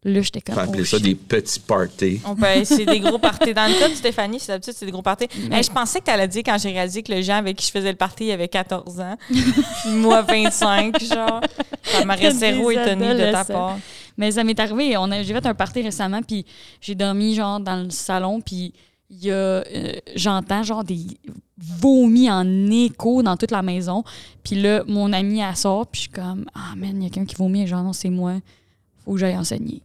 S2: Là, j'étais comme... oh, shit.
S11: petits parties.
S3: On peut- c'est des gros parties. Dans le cas de Stéphanie, c'est d'habitude, c'est des gros parties. Hey, je pensais que tu allais dire quand j'ai réalisé que le gens avec qui je faisais le party, il avait 14 ans. *laughs* Puis moi, 25, genre. Ça m'aurait
S2: Des
S3: zéro étonné de ta
S2: adolescents.
S3: part.
S2: Mais ça m'est arrivé. On a, j'ai fait un party récemment, puis j'ai dormi genre dans le salon, puis il y a, euh, j'entends genre des vomis en écho dans toute la maison. Puis là, mon amie, elle sort, puis je suis comme « Ah, man, il y a quelqu'un qui vomit. » Et Genre « Non, c'est moi. Faut que j'aille enseigner.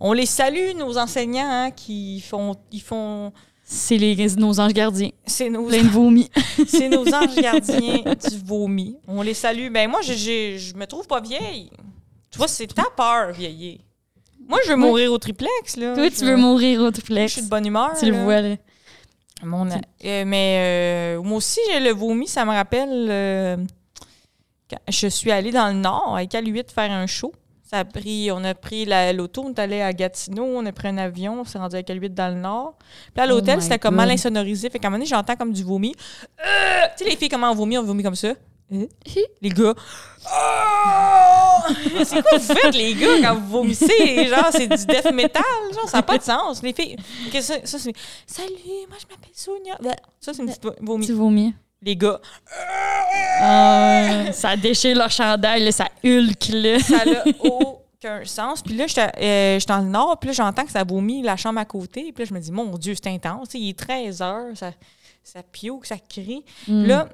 S3: On les salue, nos enseignants, hein, qui font. Ils font
S2: C'est les, nos anges gardiens.
S3: c'est nos,
S2: Plein de vomi.
S3: *laughs* c'est nos anges gardiens du vomi. On les salue. Ben moi, j'ai- j'ai- je me trouve pas vieille. Tu vois, c'est ta peur, vieillir. Moi, je veux
S2: Moi-
S3: mourir au triplex, là.
S2: Toi,
S3: Je
S2: tu veux mourir au triplex.
S3: Je suis de bonne humeur.
S2: Tu le
S3: là.
S2: vois, là.
S3: Mon a- euh, mais euh, moi aussi, j'ai le vomi, ça me rappelle. euh, quand je suis allée dans le Nord avec Aluit faire un show. Ça a pris, on a pris la- l'auto, on est allé à Gatineau, on a pris un avion, on s'est rendu avec Aluit dans le Nord. Puis à l'hôtel,
S2: my
S3: c'était comme
S2: God.
S3: mal insonorisé. Fait qu'à un moment donné, j'entends comme du vomi. Euh! Tu sais, les filles, comment on vomit, on vomit comme ça. Euh? Les gars. Oh! c'est quoi vous faites, les gars, quand vous vomissez? Genre, c'est du death metal, genre, ça n'a pas de sens. Les filles. que ça, ça, c'est. Salut, moi, je m'appelle Sonia. Ça, c'est une petite vo- vomi.
S2: Tu vomis.
S3: Les gars.
S2: Ah, ça déchire leur chandail, là, ça hulque, là.
S3: ça n'a aucun sens. Puis là, j'étais euh, j'étais dans le nord, puis là, j'entends que ça vomit la chambre à côté. Puis là, je me dis, mon Dieu, c'est intense. Il est 13 heures, ça, ça pioque, ça crie.
S2: Hmm.
S3: Là,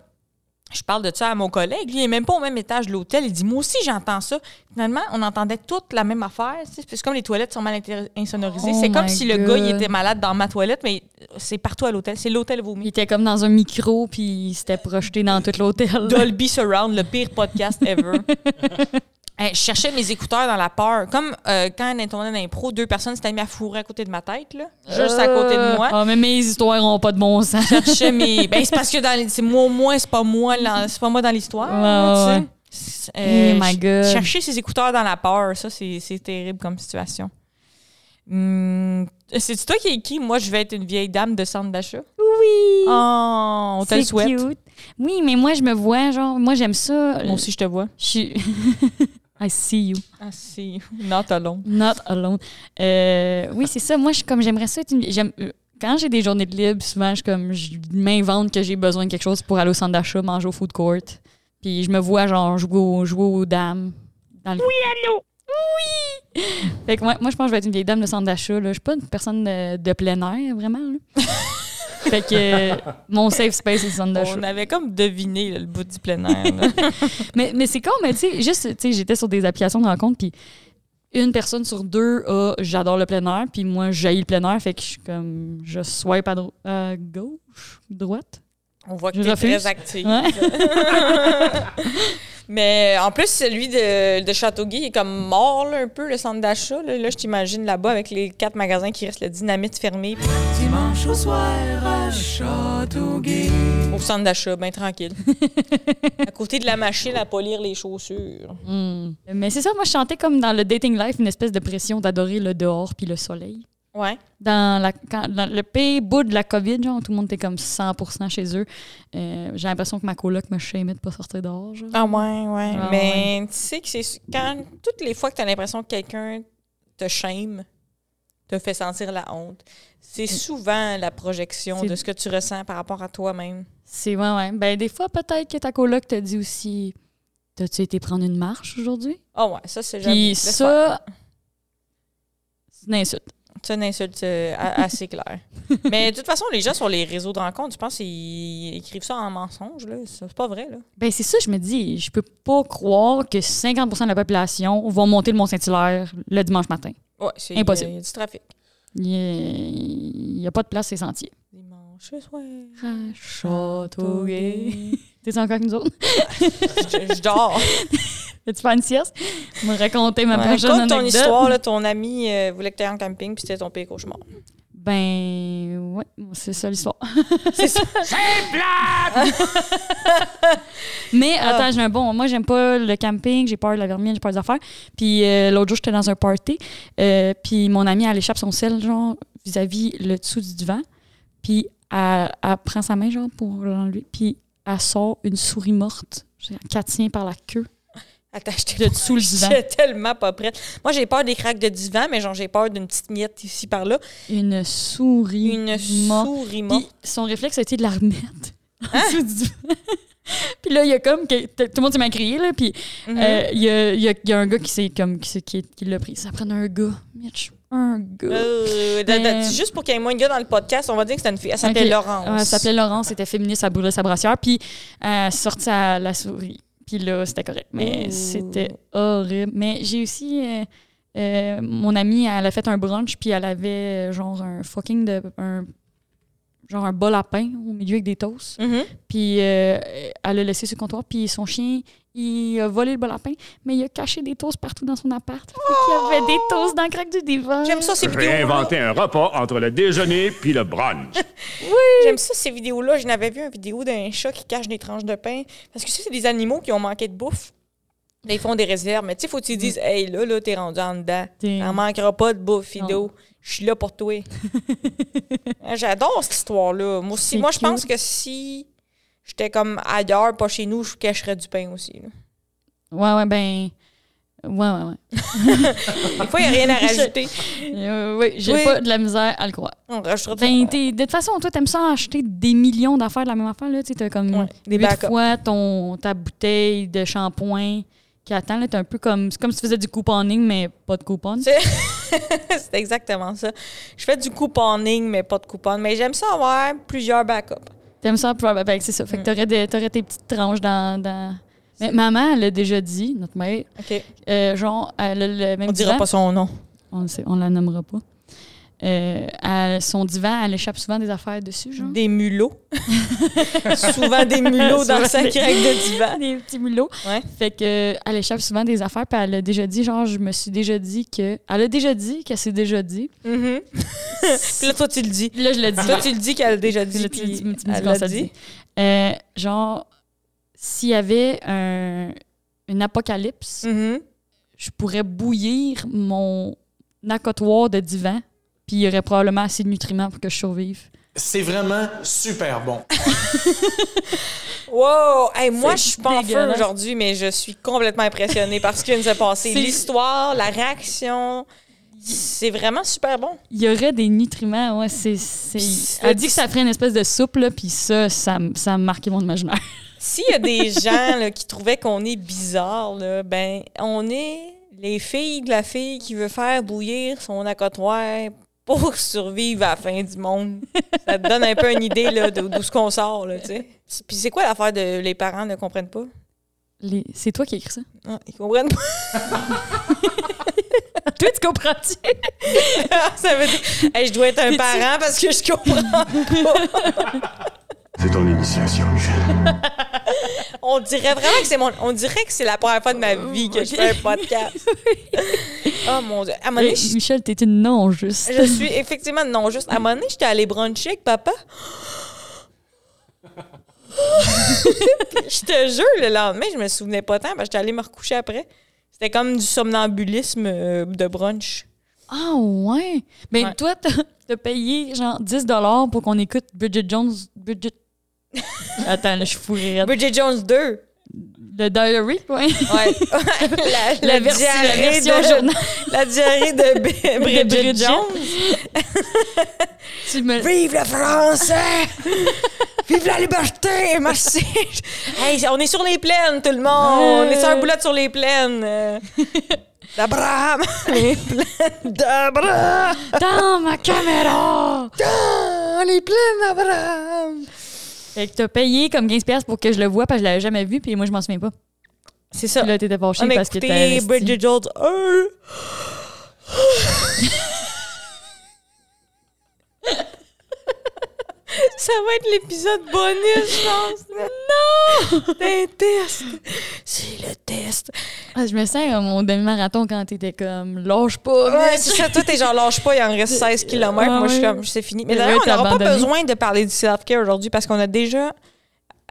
S3: je parle de ça à mon collègue. Lui, il n'est même pas au même étage de l'hôtel. Il dit, moi aussi, j'entends ça. Finalement, on entendait toute la même affaire. tu sais. C'est comme les toilettes sont mal inter- insonorisées.
S2: Oh
S3: c'est comme
S2: my
S3: si le gars, il
S2: God.
S3: était malade dans ma toilette, mais c'est partout à l'hôtel. C'est l'hôtel vomi.
S2: Il était comme dans un micro, puis il s'était projeté dans tout l'hôtel.
S3: Dolby Surround, le pire podcast ever.
S2: *laughs*
S3: Hey, je cherchais mes écouteurs dans la peur. Comme euh, quand on tournait d'impro, deux personnes s'étaient mises à fourrer à côté de ma tête, là, juste à côté de moi.
S2: Ah, mais mes histoires n'ont pas de bon sens.
S3: Je cherchais mes. *laughs* Ben, c'est parce que dans les- c'est moi, moi, c'est pas moi, là, c'est pas moi dans l'histoire.
S2: Ouais, ouais,
S3: tu sais. Euh,
S2: Eh
S3: C'est-
S2: my
S3: ch-
S2: God.
S3: Chercher ses écouteurs dans la peur, ça, c'est c'est terrible comme situation. Hum, C'est-tu toi qui es qui? Moi, je vais être une vieille dame de centre d'achat.
S2: Oui!
S3: Oh, on te le
S2: C'est
S3: souhaite.
S2: cute. Oui, mais moi, je me vois, genre, moi, j'aime ça.
S3: Moi aussi, je te vois.
S2: Je suis... *laughs* I see you.
S3: Ah, si. *laughs* Non, t'as long.
S2: Not alone. Euh, oui, c'est ça. Moi, je suis comme j'aimerais ça être une. j'aime- euh, Quand j'ai des journées de libre, souvent, je, comme, je m'invente que j'ai besoin de quelque chose pour aller au centre d'achat, manger au food court. Puis je me vois, genre, jouer, au- jouer aux dames. Dans le... Oui, allô! Oui! Fait que moi, moi, je pense que je vais être une vieille dame de centre d'achat. là. Je suis pas une personne de, de plein air, vraiment. *laughs* là. fait que euh, mon safe space, c'est le centre d'achat.
S3: On avait comme deviné là, le bout du plein air. là.
S2: Mais, mais c'est con, mais tu sais, juste, tu sais, j'étais sur des applications de rencontre, puis une personne sur deux a j'adore le plein air, puis moi, j'haïs le plein air, fait que je suis comme, je swipe à, dro- à gauche, droite.
S3: *laughs* On voit que
S2: Je
S3: t'es
S2: refuse.
S3: très active.
S2: Ouais.
S3: Mais euh, en plus, celui de, de Châteauguay est comme mort là, un peu, le centre d'achat. Là, Là, je t'imagine là-bas avec les quatre magasins qui restent, le dynamite fermé.
S4: Dimanche au soir à Châteauguay.
S3: Au centre d'achat, bien *laughs* tranquille. à côté de la machine à polir les chaussures.
S2: Hmm. Mais c'est ça, moi, je chantais comme dans le dating life une espèce de pression d'adorer le dehors puis le soleil.
S3: Ouais.
S2: Dans, la, quand- dans le pays bout de la COVID, genre, tout le monde était comme 100% chez eux. Euh, J'ai l'impression que ma coloc me shamait de pas sortir dehors. genre.
S3: Ah ouais, ouais.
S2: Ah
S3: Mais tu sais que c'est su- quand toutes les fois que tu as l'impression que quelqu'un te shame, te fait sentir la honte, c'est souvent la projection
S2: Mm. C'est-
S3: de ce que tu ressens par rapport à toi-même.
S2: C'est ouais, ouais. Ben, des fois, peut-être que ta coloc te dit aussi T'as-tu été prendre une marche aujourd'hui
S3: Ah ouais, ça c'est j'avoue,
S2: Puis
S3: laisse faire.
S2: ça, c'est une insulte.
S3: C'est une insulte euh, a- assez
S2: *laughs*
S3: claire. Mais de toute façon, les gens sur les réseaux de rencontres, je pense qu'ils écrivent ça en mensonge. là. Ça, C'est pas vrai. là.
S2: Ben, c'est ça, je me dis Je peux pas croire que 50 de la population vont monter le Mont-Saint-Hilaire le dimanche matin.
S3: Ouais, c'est
S2: Impossible.
S3: Il y a du trafic.
S2: Il n'y a, pas de place ces sentiers.
S3: Dimanche soir.
S2: Châteauguay. T'es encore avec nous autres? *laughs*
S3: je, je dors.
S2: Veux-tu faire une sieste? Me raconter ma
S3: Ouais,
S2: prochaine
S3: raconte ton
S2: anecdote.
S3: histoire. là, ton ami euh, voulait que tu en camping puis c'était ton pire cauchemar.
S2: Ben, ouais, c'est ça l'histoire.
S3: *laughs* C'est ça.
S2: *laughs* Mais
S3: Ah.
S2: attends, j'ai un bon. Moi, j'aime pas le camping, j'ai peur de la vermine, j'ai peur des affaires. Puis euh, l'autre jour, j'étais dans un party, euh, puis mon amie, elle échappe son sel, genre, vis-à-vis le dessous du divan. Puis elle, elle prend sa main, genre, pour l'enlever. Puis elle sort une souris morte, genre, qu'elle tient par la queue,
S3: Attends, je t'ai
S2: de dessous le divan.
S3: J'étais tellement pas prête. Moi, j'ai peur des craques de divan, mais genre, j'ai peur d'une petite miette ici par là.
S2: Une souris
S3: Une
S2: morte.
S3: souris
S2: Puis
S3: morte.
S2: son réflexe a été de la remettre. *laughs* en dessous du *laughs* divan. Puis là, il y a comme. que- t- tout le monde s'est mis à crier, là. Puis
S3: Mhm.
S2: euh, il y, a, il y a- il y a un gars qui s'est comme qui, s'est- qui, qui l'a pris. Ça prenait un gars. Mitch, un gars.
S3: Euh, da- da-
S2: Mais-
S3: Juste pour qu'il y ait moins de gars dans le podcast, on va dire que c'était une fille. Elle s'appelait
S2: ben, Ok.
S3: Laurence.
S2: Ouais, elle Ah, s'appelait Laurence, elle était féministe, elle brûlait sa brassière, puis euh, elle sortit à la souris. Puis là, c'était correct. Mais
S3: Ouh.
S2: c'était horrible. Mais j'ai aussi. euh, euh, mon amie, elle a fait un brunch, puis elle avait euh, genre un fucking de. un- genre un bol à pain au milieu avec des toasts.
S3: Mhm.
S2: Puis euh, elle l'a laissé sur le comptoir. Puis son chien, il a volé le bol à pain, mais il a caché des toasts partout dans son appart. Fait qu'il y avait des
S3: Oh!
S2: toasts dans le crack du divan.
S3: J'aime ça, ces vidéos-là.
S11: Réinventer un repas entre le déjeuner puis le brunch.
S3: J'aime ça, ces vidéos-là. Je n'avais vu une vidéo d'un chat qui cache des tranches de pain. Parce que ça, c'est des animaux qui ont manqué de bouffe. Là, ils font des réserves. Mais tu sais, faut qu'ils
S2: Mm.
S3: disent, hey, là, là, t'es rendu en dedans.
S2: T'es-
S3: T'en manquera pas de bouffe, Fido.
S2: Non.
S3: Je suis là
S2: *laughs*
S3: pour toi. Hein, J'adore cette histoire-là. Moi aussi,
S2: C'est
S3: moi, je
S2: cute.
S3: pense que si j'étais comme ailleurs, pas chez nous, je cacherais du pain aussi. là.
S2: Ouais, ouais, ben. Ouais, ouais, ouais.
S3: Des fois, il n'y
S2: *laughs*
S3: a rien à rajouter.
S2: Euh, oui, j'ai
S3: Oui.
S2: pas de la misère à le croire.
S3: On rajoutera du-
S2: Ben, t'es- de toute façon, toi, t'aimes ça acheter des millions d'affaires de la même affaire. Là. Tu sais, T'as comme
S3: Ouais, des
S2: huit
S3: backups.
S2: fois ton, ta bouteille de shampoing qui attend. là. T'es un peu comme... C'est comme si tu faisais du couponing, mais pas de coupon.
S3: C'est- *laughs* C'est exactement ça. Je fais du couponing, mais pas de coupon. Mais j'aime ça avoir plusieurs backups.
S2: T'aimes ça, probablement. Fait que c'est ça.
S3: Mm.
S2: Fait que t'aurais, des- t'aurais tes petites tranches dans. dans- Mais maman, elle l'a déjà dit, notre mère.
S3: OK.
S2: euh, genre, elle a le même
S3: On dira
S2: divan.
S3: pas son nom.
S2: On, le sait, on la nommera pas. Euh, elle- son divan, elle échappe souvent des affaires dessus, genre. *laughs*
S3: Des mulots. Souvent des mulots dans
S2: Souvent
S3: sa
S2: des-
S3: craque
S2: *laughs*
S3: de divan.
S2: Des petits mulots.
S3: Ouais.
S2: Fait que, euh, elle échappe souvent des affaires, puis elle a déjà dit, genre, je me suis déjà dit que. Elle a déjà dit qu'elle s'est déjà dit.
S3: Mhm. Puis là, toi, tu le dis.
S2: Puis là, je l'ai dit.
S3: Toi, tu le dis qu'elle a déjà
S2: Puis
S3: dit.
S2: là, tu-
S3: puis
S2: tu me- tu me dis
S3: elle
S2: quand
S3: l'a
S2: ça
S3: dit.
S2: dit. Euh, genre, s'il y avait un, une apocalypse,
S3: Mhm.
S2: je pourrais bouillir mon accotoir de divan, puis il y aurait probablement assez de nutriments pour que je survive.
S12: C'est vraiment super bon.
S3: Wow! Hey, moi, je suis pas en feu
S2: dégueulasse.
S3: aujourd'hui, mais je suis complètement impressionnée par ce qui vient de se passer.
S2: C'est-
S3: L'histoire, la réaction, c'est vraiment super bon.
S2: Il y aurait des nutriments, ouais, c'est... c'est-
S3: Pis le-
S2: Elle dit que ça ferait une espèce de soupe, là, puis ça, ça, m- ça a marqué mon imaginaire.
S3: S'il y a des gens là, qui trouvaient qu'on est bizarre, là, ben, on est les filles de la fille qui veut faire bouillir son accotoir pour *laughs* survivre à la fin du monde. Ça te donne un peu une idée là, de- d'où ce qu'on sort. Là, tu sais. Puis c'est quoi l'affaire de les parents ne comprennent pas?
S2: *laughs* Les- C'est toi qui as écrit ça?
S3: Ah, ils comprennent pas.
S2: *laughs* toi, tu comprends-tu?
S3: *laughs* ça veut dire, Hey, je dois être un parent parce que je comprends pas.
S13: *laughs* C'est ton initiation, Michel.
S3: On dirait vraiment que c'est mon. On dirait que c'est la première fois de ma vie que je fais un podcast. oh mon Dieu. À un moment donné, je-
S2: Michel, t'es une non-juste.
S3: je suis effectivement non juste. À un moment donné, j'étais allée bruncher avec papa. *laughs* je te jure, le lendemain, je me souvenais pas tant parce que j'étais allée me recoucher après. C'était comme du somnambulisme euh, de brunch.
S2: Ah ouais? Ben
S3: Ouais.
S2: toi, t'as t'as payé genre 10 pour qu'on écoute Bridget Jones... Bridget... Attends, là, je suis *laughs* fourrée.
S3: Bridget Jones 2.
S2: Le Diary, ouais.
S3: *laughs* Ouais. la, la
S2: versi- la
S3: diarrhée
S2: version
S3: de-
S2: jeune.
S3: *laughs* La diarrhée *laughs* de B- Bridget,
S2: Bridget.
S3: Jones.
S2: *laughs* Tu me-
S3: Vive la France! Vive la liberté! Merci! Hey, on est sur les plaines, tout le monde! On est sur un boulotte sur les plaines! Euh, *laughs* D'Abraham! Les plaines *laughs* d'Abraham!
S2: Dans ma caméra!
S3: Dans Ah, les plaines d'Abraham!
S2: Fait que t'as payé comme 15 pour que je le vois parce que je l'avais jamais vu puis moi, je m'en souviens pas.
S3: C'est ça.
S2: Puis là, t'étais fâché
S3: On a
S2: parce que
S3: écouté
S2: t'as...
S3: Bridget Jones 1. Ça va être l'épisode bonus, je pense. Non! C'est un test. C'est le test.
S2: Ah, je me sens à mon demi-marathon quand t'étais comme lâche pas.
S3: Ouais,
S2: bitch.
S3: c'est ça. Toi, t'es genre, lâche pas, il en reste 16 km.
S2: Ah
S3: Moi, je suis
S2: ouais.
S3: comme, c'est fini. Mais
S2: Le
S3: d'ailleurs,
S2: gars
S3: on
S2: t'a
S3: n'aura pas
S2: abandonné.
S3: besoin de parler du self-care aujourd'hui parce qu'on a déjà.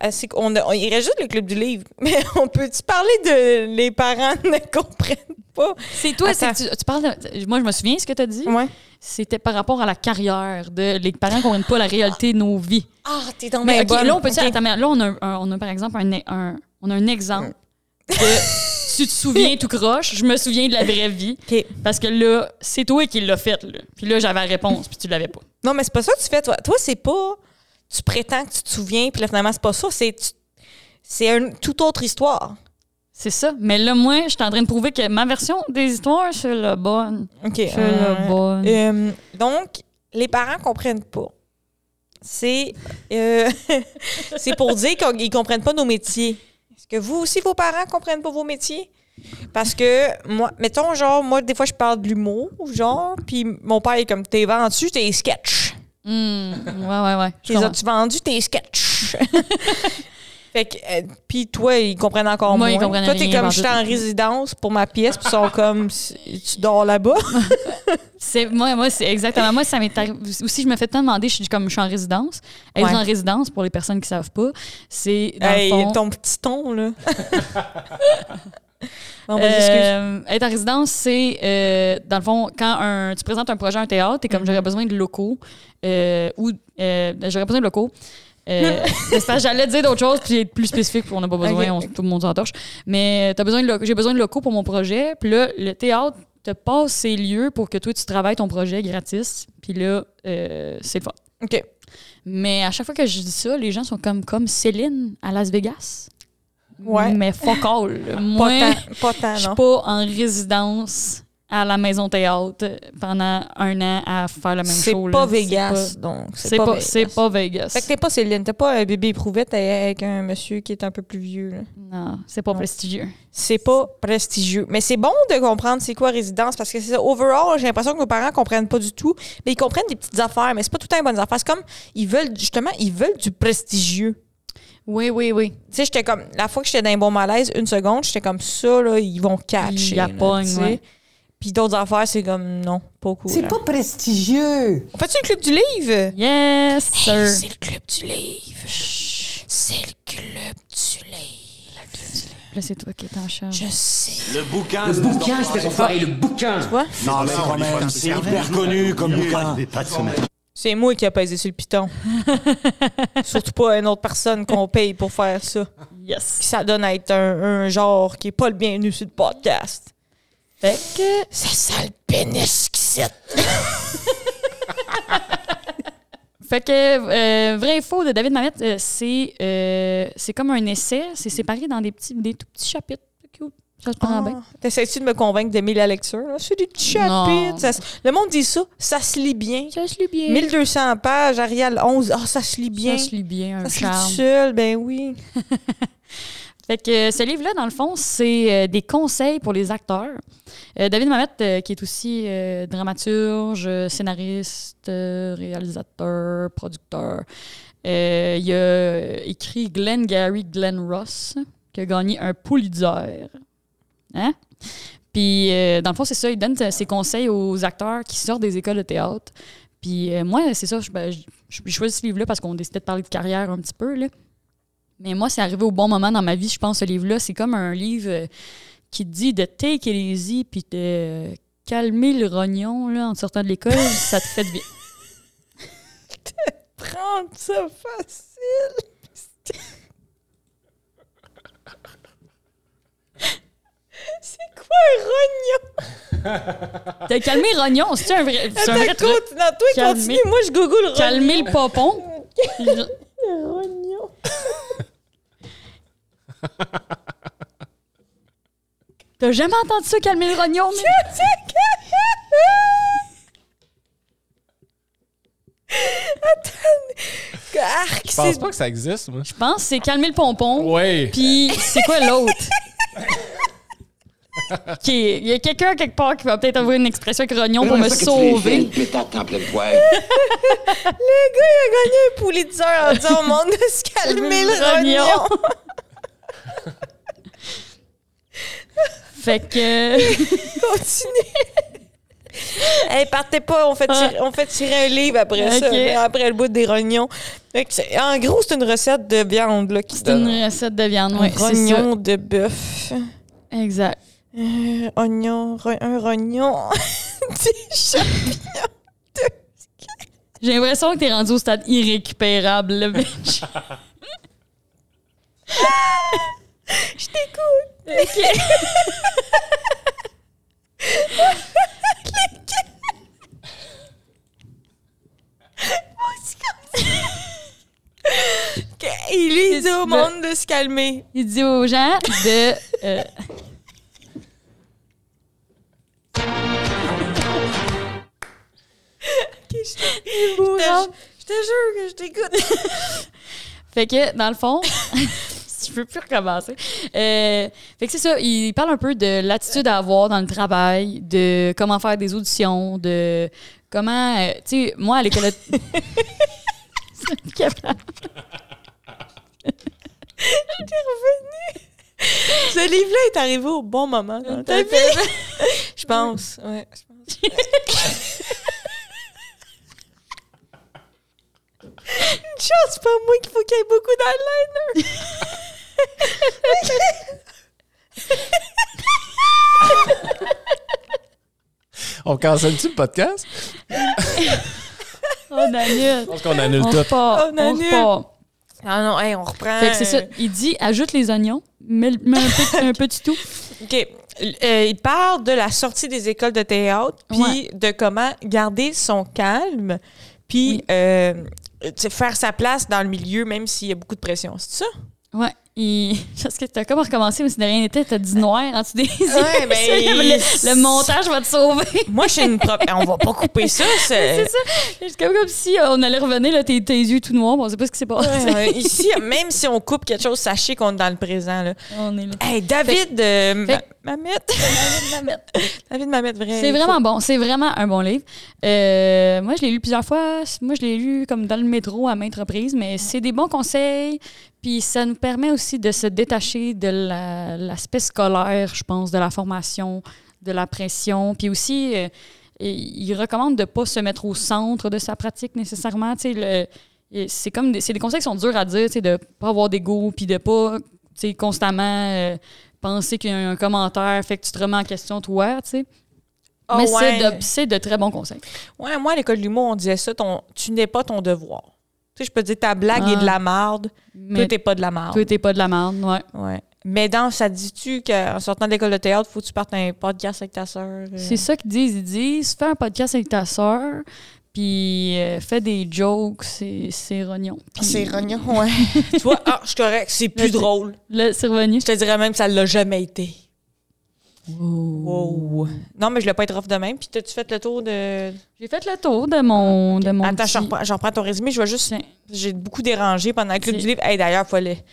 S3: Assez, on a- on- il reste juste le club du livre. *laughs* Mais on peut-tu parler de les parents ne *laughs* comprennent pas?
S2: C'est toi,
S3: Attends.
S2: c'est- tu, tu parles de- Moi, je me souviens ce que t'as dit.
S3: Ouais.
S2: C'était par rapport à la carrière de les parents qui comprennent pas la réalité de nos vies.
S3: Ah, t'es tombé
S2: Mais ok,
S3: bonne.
S2: là, on peut dire,
S3: Ok.
S2: attends, mais là, on a, un- on a par exemple un, un- on a un exemple
S3: *laughs*
S2: de tu te souviens tout croche, je me souviens de la vraie vie. Parce que là, c'est toi qui l'as faite. là. Puis là, j'avais la réponse, puis tu l'avais pas.
S3: Non, mais c'est pas ça que tu fais, toi. Toi, c'est pas. Tu prétends que tu te souviens, puis là, finalement, c'est pas ça. C'est tu- c'est une toute autre histoire.
S2: C'est ça. Mais là, moi, je suis en train de prouver que ma version des histoires, c'est la bonne.
S3: OK.
S2: C'est
S3: euh,
S2: la bonne.
S3: euh, donc, les parents comprennent pas. C'est euh, *laughs* c'est pour dire qu'ils comprennent pas nos métiers. Est-ce que vous aussi, vos parents comprennent pas vos métiers? Parce que, moi, mettons, genre, moi, des fois, je parle de l'humour, genre, puis mon père est comme, t'es vendu, t'es sketch.
S2: Hmm, ouais, ouais, ouais. Je
S3: Les
S2: comprends.
S3: as-tu vendu tes
S2: *laughs*
S3: sketchs? fait que, euh, puis toi, ils comprennent encore
S2: Moi, ils
S3: moins.
S2: comprenaient
S3: toi, t'es
S2: rien, pas
S3: comme, j'étais en
S2: tout.
S3: résidence pour ma pièce, puis ils sont
S2: *laughs*
S3: comme, tu dors là-bas.
S2: C'est moi, moi c'est exactement moi ça m'est arrivé aussi je me fais tant demander je suis comme je suis en résidence être
S3: Ouais.
S2: en résidence pour les personnes qui savent pas c'est dans le
S3: Hey,
S2: fond,
S3: ton petit
S2: *laughs*
S3: ton, là. non, vas-y, excuse.
S2: euh, être en résidence c'est euh, dans le fond quand un, tu présentes un projet à un théâtre t'es
S3: Mm.
S2: comme j'aurais besoin de locaux euh, ou euh, j'aurais besoin de locaux
S3: *laughs*
S2: euh, c'est parce que j'allais dire d'autres choses puis être plus spécifique puis on n'a pas besoin
S3: Ok.
S2: on- tout le monde s'entorche mais euh, t'as besoin de lo- j'ai besoin de locaux pour mon projet puis là le théâtre te passe ses lieux pour que toi tu travailles ton projet gratis puis là euh, c'est le fun
S3: OK.
S2: Mais à chaque fois que je dis ça, les gens sont comme, comme Céline à Las Vegas.
S3: Ouais.
S2: Mais fuck all. Moi,
S3: Pas tant, pas
S2: je
S3: tant,
S2: suis
S3: Ah, non.
S2: pas en résidence à la maison théâtre pendant un an à faire la même chose.
S3: C'est pas
S2: là.
S3: Vegas,
S2: pas-
S3: donc.
S2: C'est pas, c'est
S3: Vegas.
S2: pas Vegas.
S3: Fait que t'es pas Céline, t'es pas un bébé éprouvé, t'es avec un monsieur qui est un peu plus vieux, là.
S2: Non, c'est pas prestigieux.
S3: c'est pas prestigieux. Mais c'est bon de comprendre c'est quoi résidence parce que c'est ça. Overall, j'ai l'impression que nos parents comprennent pas du tout, mais ils comprennent des petites affaires, mais c'est pas tout le temps les bonnes affaires. C'est comme ils veulent justement, ils veulent du prestigieux.
S2: Oui, oui, oui.
S3: Tu sais, j'étais comme la fois que j'étais dans un bon malaise, une seconde, j'étais comme ça là, ils vont catcher.
S2: Ils
S3: là,
S2: appognent,
S3: tu sais.
S2: ouais.
S3: Puis d'autres affaires, c'est comme non, pas cool.
S5: C'est
S3: là.
S5: pas prestigieux.
S3: On fait-tu le club du livre
S2: Yes, sir.
S3: Hey, C'est le club du livre. C'est le club du livre.
S2: Là, c'est toi qui es en charge.
S3: Je sais.
S13: Le bouquin.
S5: Le bouquin, c'était pour foirer le bouquin.
S3: Tu vois
S13: Non, mais
S5: c'est
S13: quand
S5: quand même-
S13: même,
S5: c'est
S13: c'est
S5: hyper
S13: hyper
S5: connu
S13: connu
S5: comme
S13: comme
S5: bouquin.
S13: bouquin.
S3: C'est moi qui a pesé sur
S2: *laughs*
S3: le piton. Surtout pas une autre personne qu'on paye pour faire ça.
S2: Yes.
S3: Qui ça donne à être un, un genre qui est pas le bienvenu sur le podcast. Fait que ça sent le pénis qui cite.
S2: Fait que euh, vrai et faux de David Mamet, euh, c'est euh, c'est comme un essai, c'est séparé dans des petits des tout petits chapitres. Cute. Ça se
S3: Ah.
S2: prend bien.
S3: T'essayes-tu de me convaincre d'aimer la lecture? là? C'est des petits
S2: ben. Non.
S3: chapitres. ça se- le monde dit ça, ça se lit bien.
S2: Ça se lit bien.
S3: 1200 pages, Arial 11, ah, ça se lit bien.
S2: Ça se lit bien, un
S3: Ça se lit
S2: charme.
S3: tout seul, ben oui.
S2: Fait que euh, ce livre-là, dans le fond, c'est euh, des conseils pour les acteurs. Euh, David Mamet, euh, qui est aussi euh, dramaturge, euh, scénariste, euh, réalisateur, producteur, Euh, il a écrit Glenn Gary Glenn Ross, qui a gagné un Pulitzer. Hein? Puis, euh, dans le fond, c'est ça, il donne euh, ses conseils aux acteurs qui sortent des écoles de théâtre. Puis, euh, moi, c'est ça, je, ben, je- je- j'ai choisi ce livre-là parce qu'on décidait de parler de carrière un petit peu. Là. Mais moi, c'est arrivé au bon moment dans ma vie, je pense, ce livre-là. C'est comme un livre euh, qui te dit de take it easy puis de euh, calmer le rognon là, en te sortant de l'école, ça te fait du bien.
S3: Prendre ça facile. C'est quoi un rognon?
S2: T'as calmé rognon, c'est un vrai. c'est un vrai
S3: Attends,
S2: truc.
S3: écoute, non, toi,
S2: Calmer-
S3: continue. Moi, je google rognon.
S2: Calmer le popon.
S3: rognon.
S2: *laughs* T'as jamais entendu ça, calmer le rognon? mais-
S3: Arc,
S10: Je pense
S3: c'est-
S10: pas que ça existe, moi.
S2: Je pense que c'est calmer le pompon.
S10: Ouais.
S2: Puis c'est quoi l'autre? *laughs* OK, il y a quelqu'un quelque part qui va peut-être avoir une expression avec rognon pour me sauver.
S3: Le gars, il a gagné un Pulitzer en disant au monde de se calmer le rognon.
S2: Fait que euh,
S3: Continue. hey, partez pas, on fait, tirer, on fait tirer un livre après
S2: Ok.
S3: ça, après le bout des rognons. Fait que c'est- En gros, c'est une recette de viande là, qui se
S2: c'est
S3: donne.
S2: une recette de viande, ouais, c'est ça.
S3: rognon de bœuf.
S2: Exact.
S3: Euh, oignon, ro- un rognon. *laughs* Des champignons.
S2: J'ai l'impression que t'es rendu au stade irrécupérable, là,
S3: *laughs*
S2: bitch.
S3: Je t'écoute. Ok, Il lui, il dit au monde de se calmer.
S2: Il dit aux gens de... euh,
S3: Je te je te jure que je t'écoute. *laughs*
S2: Fait que, dans le fond, *laughs* je peux plus recommencer. Euh, fait que c'est ça, il parle un peu de l'attitude à avoir dans le travail, de comment faire des auditions, de comment. euh, tu sais, moi, à l'école. de-
S3: *laughs*
S2: C'est plus capable.
S3: Ce livre-là est arrivé au bon moment dans ta vie. *laughs* Je pense, ouais. je pense.
S2: *laughs*
S3: Une chance, c'est pas moi qu'il faut qu'il y ait beaucoup d'eyeliner.
S10: On cancelle-tu le podcast?
S2: on annule.
S10: Je pense qu'on annule
S2: On
S10: tout.
S2: repart.
S3: On
S2: On
S3: annule.
S2: repart.
S3: Ah non, hey, on reprend.
S2: Fait que c'est ça, il dit ajoute les oignons, mets, mets un, petit, un petit tout.
S3: OK. Euh, il parle de la sortie des écoles de théâtre, puis
S2: Ouais.
S3: de comment garder son calme, puis
S2: Oui.
S3: euh, tu sais, faire sa place dans le milieu, même s'il y a beaucoup de pression. C'est ça?
S2: Ouais. Il... *laughs* Parce que t'as comme recommencé, mais si de rien n'était, t'as dit noir en dessous des yeux.
S3: Ouais, ben,
S2: *laughs* le, le montage va te sauver.
S3: Moi, je suis une propre. On va pas
S2: *laughs*
S3: couper ça. C'est
S2: C'est ça. C'est comme, comme si euh, on allait revenir, là, tes, tes yeux tout noirs, mais on sait pas ce qui s'est passé.
S3: Ouais, ouais. Ici, même si on coupe quelque chose, sachez qu'on est dans le présent. Là.
S2: *laughs* On est là.
S3: Hey, David euh,
S2: fait-
S3: Ma- Mamette. *laughs* David Mamette, vrai.
S2: C'est
S3: il
S2: vraiment bon. C'est vraiment un bon livre. Euh, moi, je l'ai lu plusieurs fois. Moi, je l'ai lu comme dans le métro à maintes reprises, mais c'est des bons conseils. Puis ça nous permet aussi de se détacher de la- l'aspect scolaire, je pense, de la formation, de la pression. Puis aussi, euh, il il recommande de ne pas se mettre au centre de sa pratique nécessairement. Tu sais, le- et c'est comme des, c'est des conseils qui sont durs à dire, tu sais, de pas avoir d'ego, puis de pas tu sais, constamment euh, penser qu'il y a un commentaire fait que tu te remets en question toi, tu sais.
S3: Ah
S2: Mais
S3: ouais.
S2: c'est de- c'est de, très bons conseils.
S3: faut- Ouais, moi, à l'école de l'humour, on disait ça ton... tu n'es pas ton devoir. Tu sais, je peux te dire ta blague est
S2: Ah.
S3: de la marde.
S2: Mais
S3: Toi, t'es pas de la marde.
S2: toi, t'es pas de la merde, ouais.
S3: Ouais. Mais dans, ça dit-tu qu'en sortant de l'école de théâtre, faut que tu partes un podcast avec ta sœur? euh?
S2: C'est ça qu'ils disent. Ils disent fais un podcast avec ta sœur, puis euh, fais des jokes, c'est Ah, c'est rognon. Puis
S3: C'est rognon, *laughs* ouais. tu vois, ah, je suis correct, c'est plus
S2: Là, c'est-
S3: drôle.
S2: Là, c'est revenu.
S3: Je te dirais même que ça l'a jamais été. Wow. Non, mais je l'ai pas être off de même. Puis, t'as-tu fait le tour de.
S2: J'ai fait le tour de mon. De mon
S3: Attends,
S2: petit-
S3: j'en reprends- j'en reprends ton résumé. Je vais juste.
S2: Tiens.
S3: J'ai beaucoup dérangé pendant le club
S2: C'est-
S3: du livre. Hey, d'ailleurs, il fallait.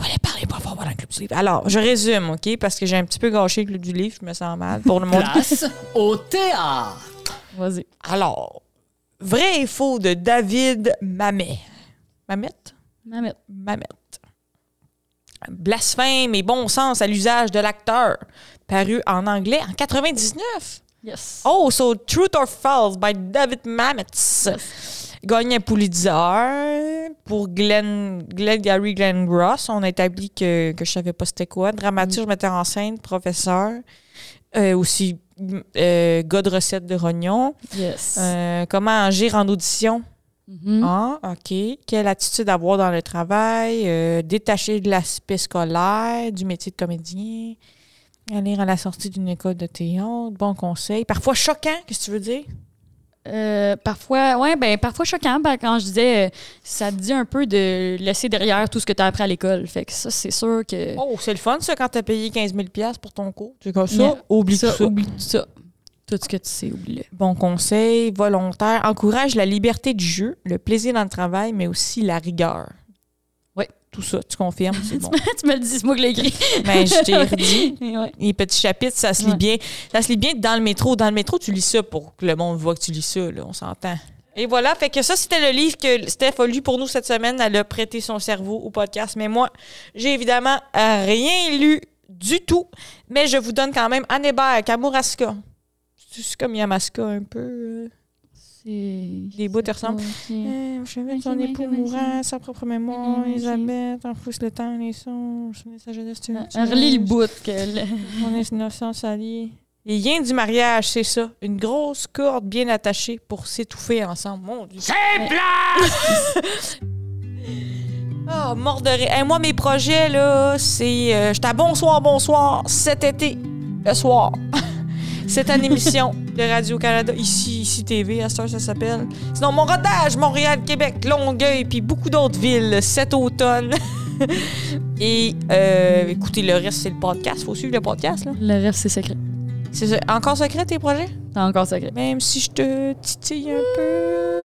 S3: Fallait parler pas fort pendant le club du livre. Alors, je résume, OK? Parce que j'ai un petit peu gâché le club du livre. Je me sens mal pour
S2: *laughs*
S3: le monde.
S5: Place au théâtre.
S2: Vas-y.
S3: Alors, vrai et faux de David Mamet. Mamette?
S2: Mamette.
S3: Mamette. Blasphème et bon sens à l'usage de l'acteur, paru en anglais en 99.
S2: Yes.
S3: Oh, so Truth or False by David Mametz. Gagne un Pulitzer pour Glenn, Glenn Gary Glenn Ross. On a établi que, que je savais pas c'était quoi. Dramaturge, metteur en scène, professeur. Euh, aussi, euh, gars de recette de rognon.
S2: Yes.
S3: Euh, comment agir en audition.
S2: Mhm.
S3: Ah, OK. Quelle attitude avoir dans le travail? euh, détacher de l'aspect scolaire, du métier de comédien. Aller à la sortie d'une école de théâtre. Bon conseil. Parfois choquant, qu'est-ce que tu veux dire?
S2: Euh, parfois, ouais, ben parfois choquant ben, quand je disais euh, ça te dit un peu de laisser derrière tout ce que tu as appris à l'école. Fait que ça, c'est sûr que.
S3: Oh, c'est le fun, ça, quand t'as payé 15 000 pour ton cours. Tu comme ça,
S2: Yeah.
S3: oublie ça.
S2: Oublie tout ça. Tout ce que tu sais, oublie-le.
S3: Bon conseil, volontaire, encourage la liberté du jeu, le plaisir dans le travail, mais aussi la rigueur.
S2: Ouais.
S3: Tout ça, tu confirmes, c'est *laughs* bon.
S2: *laughs* tu me le dis, c'est moi qui l'ai *laughs* écrit. Ben,
S3: Mais je t'ai redit.
S2: Et ouais.
S3: Les petits chapitres, ça se lit
S2: Ouais.
S3: bien. Ça se lit bien dans le métro. Dans le métro, tu lis ça pour que le monde voit que tu lis ça, là, on s'entend. Et voilà, fait que ça, c'était le livre que Steph a lu pour nous cette semaine. Elle a prêté son cerveau au podcast, mais moi, j'ai évidemment euh, rien lu du tout. Mais je vous donne quand même Anne Hébert, Kamouraska. C'est comme Yamaska un peu. euh.
S2: Les
S3: Les bouts te ressemblent. Euh, Je vais son époux mourant, sa propre mémoire,
S2: Imagine.
S3: Elisabeth, enfouisse le temps, les sons, je mets sa jeunesse. tu- tu-
S2: Euh, Relis le bout que le-
S3: mon innocence alliée. Les liens du mariage, c'est ça. Une grosse corde bien attachée pour s'étouffer ensemble. Mon Dieu. C'est *laughs* plat! oh, mort de rire. Hey, moi, mes projets, là, c'est. Euh, J'étais à bonsoir, bonsoir cet été, le soir. *laughs* c'est une émission de Radio-Canada, ici, ici TV, à cette heure, ça s'appelle. Sinon, mon rodage, Montréal, Québec, Longueuil, puis beaucoup d'autres villes cet automne. Et euh, écoutez, le reste, c'est le podcast. Faut suivre le podcast, là.
S2: Le rêve, c'est secret.
S3: C'est ça. encore secret tes projets?
S2: C'est encore secret.
S3: Même si je te titille un peu.